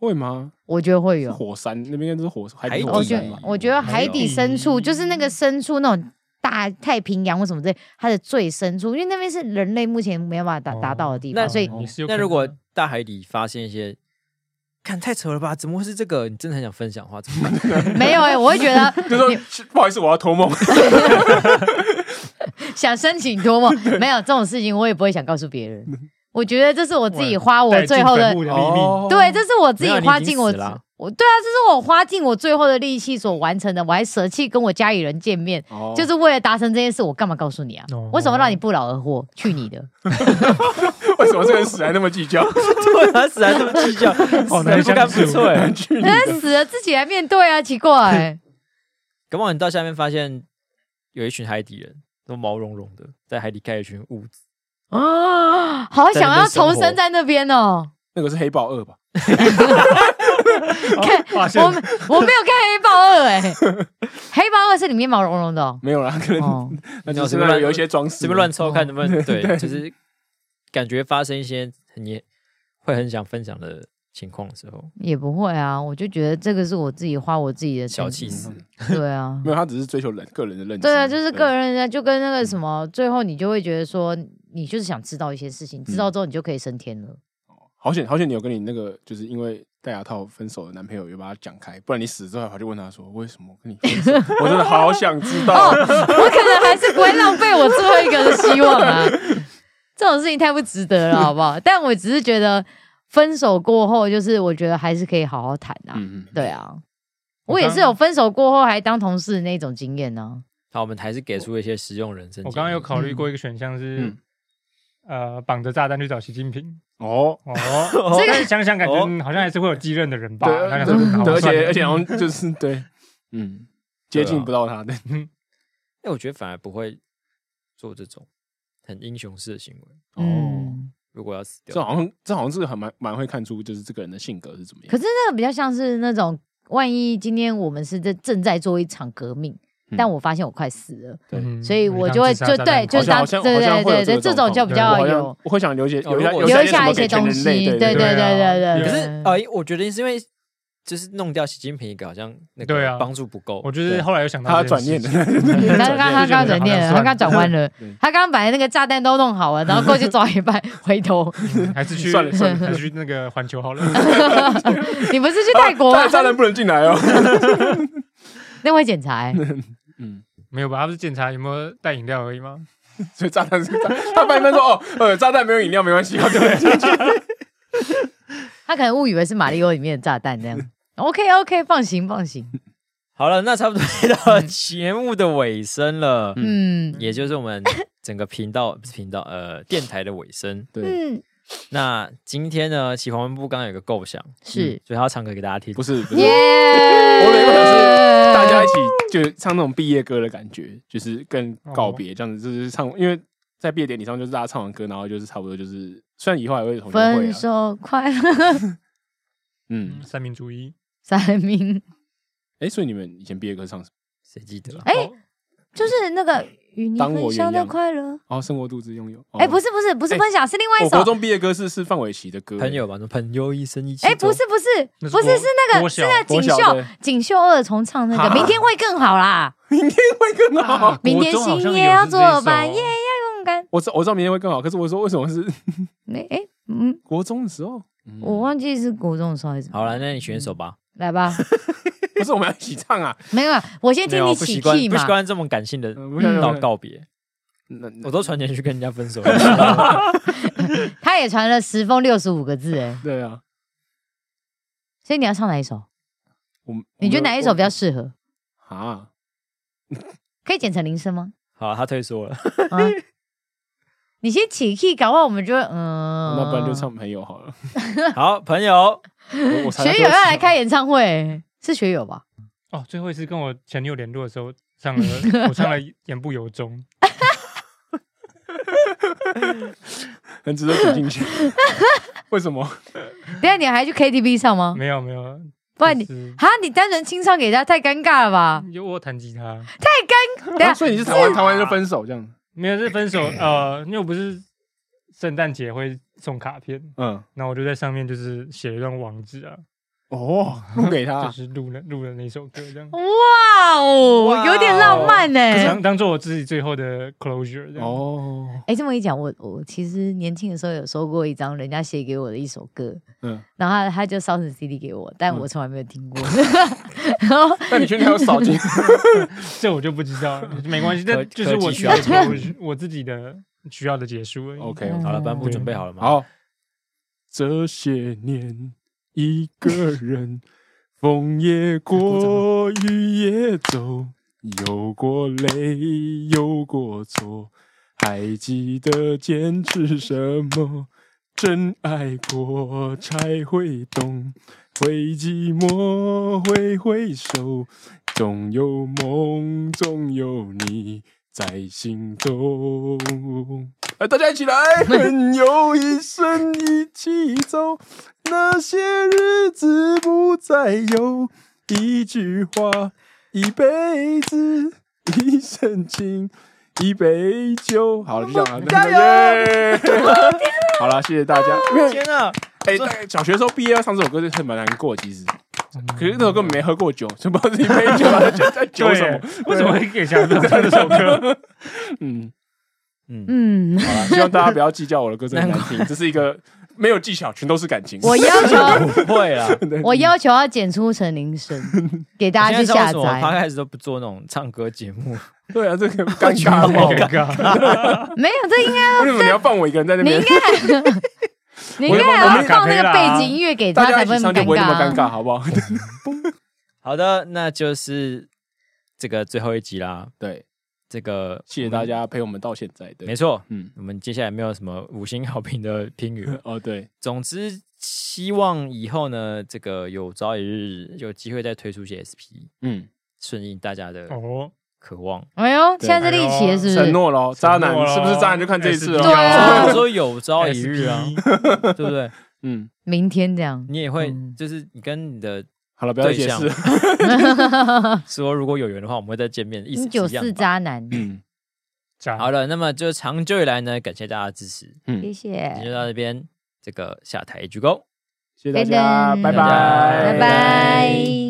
会吗？
我觉得会有。
火山那边应该是火海
海
底
底
火
哎我觉
山
得
吧？
我觉得海底深处就是那个深处那种大太平洋或什么之类，它的最深处，因为那边是人类目前没有办法达
哦
达到的地
那
方，所以
你是有
那
可能
如果大海底发现一些，看太扯了吧？怎么会是这个？你真的很想分享的话，怎么 办？
没有哎、我会觉 得
就说不好意思，我要托梦。
想申请托梦，没有这种事情，我也不会想告 诉别人。我觉得这是我自己花我
带进
最后的
坟，墓的秘
哦
密，
对，这是我自己
没有你已
花
经
尽我
死了
我对啊，这是我花尽我最后的力气所完成的，我还舍弃跟我家里人见面，
哦
就是为了达成这件事，我干嘛告诉你啊？
哦
为什么让你不劳而获？去你 的！
为什么这个人死还那么计较？
对啊，死还这么计较，
好
死
难
还不
相
干
处
不错哎。
去你的！
人死了自己来面对啊，奇怪、
搞不好你到下面发现有一群海底人，都毛茸茸的，在海底盖一群屋子，
啊，好想要重生在那边哦！
那个是黑豹二吧？
看 发
我
现
我没有看《黑豹二》哎，《 黑豹二》是里面毛茸茸 的哦。
没有啦，可能
哦
那就是那个有一些装饰，
随便乱抽看能不能对，就是感觉发生一些你会很想分享的情况的时候，
也不会啊，我就觉得这个是我自己花我自己的
小
成
气
本
死。
对啊
没，有，他只是追求人个人的认知。
对啊，就是个
人。
人人就跟那个什么，最后你就会觉得说，你就是想知道一些事情，知道之后你就可以升天了。
好险，好险！你有跟你那个就是因为戴牙套分手的男朋友有把他讲开，不然你死之后还跑去问他说为什么我跟你分 手？我真的好想知道。
我可能还是不会浪费我最后一个的希望啊。这种事情太不值得了，好不好？但我只是觉得分手过后，就是我觉得还是可以好好谈啊。
嗯，嗯
对啊，
我
我也
刚
是有分手过后还当同事的那种经验呢、
好，我们还是给出一些实用人生建议。
我刚刚有考虑过一个选项是
嗯，
呃，绑着炸弹去找习近平。
哦，
哦，
这个
但是想想感觉
哦
嗯好像还是会有继任的人吧
对，？
那
对，
想说嗯好
对而
算
且
了
而且好像就是对，嗯，接近不到他的。
哎，我觉得反而不会做这种很英雄式的行为。
哦，
嗯，
如果要死
这
掉，
好像这好像是很蛮蛮会看出就是这个人的性格是怎么样。
可是那个比较像是那种，万一今天我们是在正在做一场革命，
嗯
但我发现我快死了，
对
嗯
所以我
当
就会
自杀
就
炸弹
对，就
好
是
像好
当对
像好像
对
会有
对对，
这
这种就比
我
较
好像
有
我会想留些
哦
留下
如果
留
留
下
下
下
一
一
些
些
些
什么
东
给前
西，
人类
对
对
对对对对。
可
对
是呃，我觉得是因为就是弄掉习近平一个好像那
对
个
啊
帮助不够。
我就是后来又想到
他
这件
转
事
念的
情，
嗯他刚刚他刚转念了，他刚刚转弯了
对，
他刚刚把那个炸弹都弄好了，然后过去抓一半，回头，
嗯 还是 去
算了算
还是去那个环球好了。
你不是去泰国吗
啊？炸弹不能进来哦。
那会检查欸，
嗯，
没有吧？他不是检查有没有带饮料而已吗？
所以炸弹是他半分说哦，呃，炸弹没有饮料没关系， 要丢进去。
他可能误以为是马里奥里面的炸弹这样。OK OK，放行放行，
好了，那差不 多到
嗯
了节目的尾声了，
嗯
也就是我们整个频道不是频道呃电台的尾声。
对，
嗯，
那今天呢，喜黄文部刚刚有个构想，嗯
是
所以他要唱歌给大家听
不。是不是
耶，。我
嗯我原本想说大家一起就唱那种毕业歌的感觉，就是跟告
哦
别这样子，就是唱，因为在毕业典礼上就是大家唱完歌，然后就是差不多就是，虽然以后还会有同学会
分
啊，
手快乐，
嗯，
三民主义。
三明
哎，所以你们以前毕业歌唱什
谁记得？啊
哎
哦
就是那个与你
当我
分享的
鸳鸯
快乐。
么？哦，生活度之拥有。
哎，不
是，
是不是不是
哎
分享，是另外一
我国
首。
中毕业歌是是范玮琪的歌，
朋友吧，什么朋友一生一起。
哎，不，是不是
那是国
不是是那个
国
是
小
那个
国
锦
小
绣
对
锦绣二重唱那
啊
个，明天会更好啦。
会更好。
啊
明天
国中好像
星
有
也要
是这一
作伴，
首
夜要勇敢。
我知我知道明天会更好，可是我说为什么是
哎哎，嗯，
国中的时候？嗯
我忘记是国中的时候还是
好了，那你选一首吧。
来吧，
不是我们要一起唱啊！
没有，我先
没
听
有
嗯
啊
你
不
起
习惯，
key
不习
嘛。
惯这么感性的
嗯不想
道
不想
告别。
那那
我都传简讯去跟人家分手了。
他也传了十封六十五个字，哎，
对啊，
所以你要唱哪一首？
我们
你觉得哪一首比较
我
适合？
啊？
可以剪成铃声吗？
好，他退缩了。
啊， 你先起 key，搞不好我们就会嗯，
那不然就唱朋友 好了。
好，朋友，
我我才
学友要来
啊
开演唱会，是学友吧？
哦，最后一次跟我前女友联络的时候，唱了 我唱了《言不由衷
很值得点进 去。为什么？
等一下你还去 KTV 唱》，吗？
没有没有，
不然你
就是
哈，你单纯清唱给他太尴尬 了吧？
有我有弹吉他，
等一下
哦所以你是台湾，台湾就分手这样？
没有是分 手，呃，因为我不是圣诞节会送卡片，
嗯，
然后我就在上面就是写了一段网址啊，
哦， 录给
就
啊
他。
是录了录了那首歌这样，
哇哦，有点浪漫哎呢、
当当做我自己最后的 closure 这样。
哦，
哎、这么一讲，我我其实年轻的时候有收过一张人家写给我的一首歌，
嗯，
然后他他就烧成 CD 给我，但
嗯
我从来没有听 过。然后
那你确定还有扫进？
这我就不知 道，了，没关系，
科
但就是
科技
我
需要
自己
进
的
步
closure，我自己的需要的结束而已。
OK，
好了，班部准备好了吗？，
好。这些年一个人，风也过，雨也走，有过累，有过错，还记得坚持什么？真爱过才会懂，会寂寞，会挥手，总有梦，总有你在心中。来，哎大家一起来，朋友一生一起走，那些日子不再有。一句话，一辈子，一生情，一杯 酒。好了，就这样了，加油！好了，谢谢大家。
天啊！
哎，大概小学时候毕业要唱这首歌，就很蛮难过。其实，
嗯
可是那首歌没喝过酒，所以不知道自己杯酒在酒在酒什么。
为什么会给小朋友唱这 首歌？
嗯，
嗯，
嗯，
好啦希望大家不要计较我的歌真的很难听，这是一个没有技巧，全都是感情。啊
我要求
不会啊啦。
我要求要剪出陈铃 声，给 大家去下
他
载。
开始都不做那种唱歌节目，
对啊，这个尴尬
好
爆
尴尬，
没有，这应该
为什么你要放我一个人在那
你
边
应？该还 你应该还要放那个背景音乐给
大
他，
家
才
一
不会
起
那
唱
么
就不会那么尴
尬
尬，
啊。
好 不好？
好的，那就是这个最后一集啦。
对，
这个
谢谢大，家陪我们到现在。
没
对，
错，
嗯，
我们接下来没有什么五星好评的评语。
哦，对，
总之，希望以后呢，这个有朝一日有机会再推出一些 SP，
嗯，
顺应大家的
哦，
渴望。
哎呦，
对
现在是立起了，是
承
不
诺喽，渣男
承诺咯
是不是渣男就看这一次
对
哦。
啊
所以我说有朝一日啊， 对不对？
嗯，
是？明天这样，
你也会
嗯
就是你跟你的
好了，不要
对
解
象
啊
释。
说，如果有缘的话，我们会再见面，意思
一
是
九
一样
四
吧。
渣男，
嗯
好
好，
了，那么就长久以来呢，感谢大家的支持，
谢
嗯，
谢
今天，就到这边，这个下台鞠躬。
谢谢大家，
噔噔
拜拜，
拜
拜拜。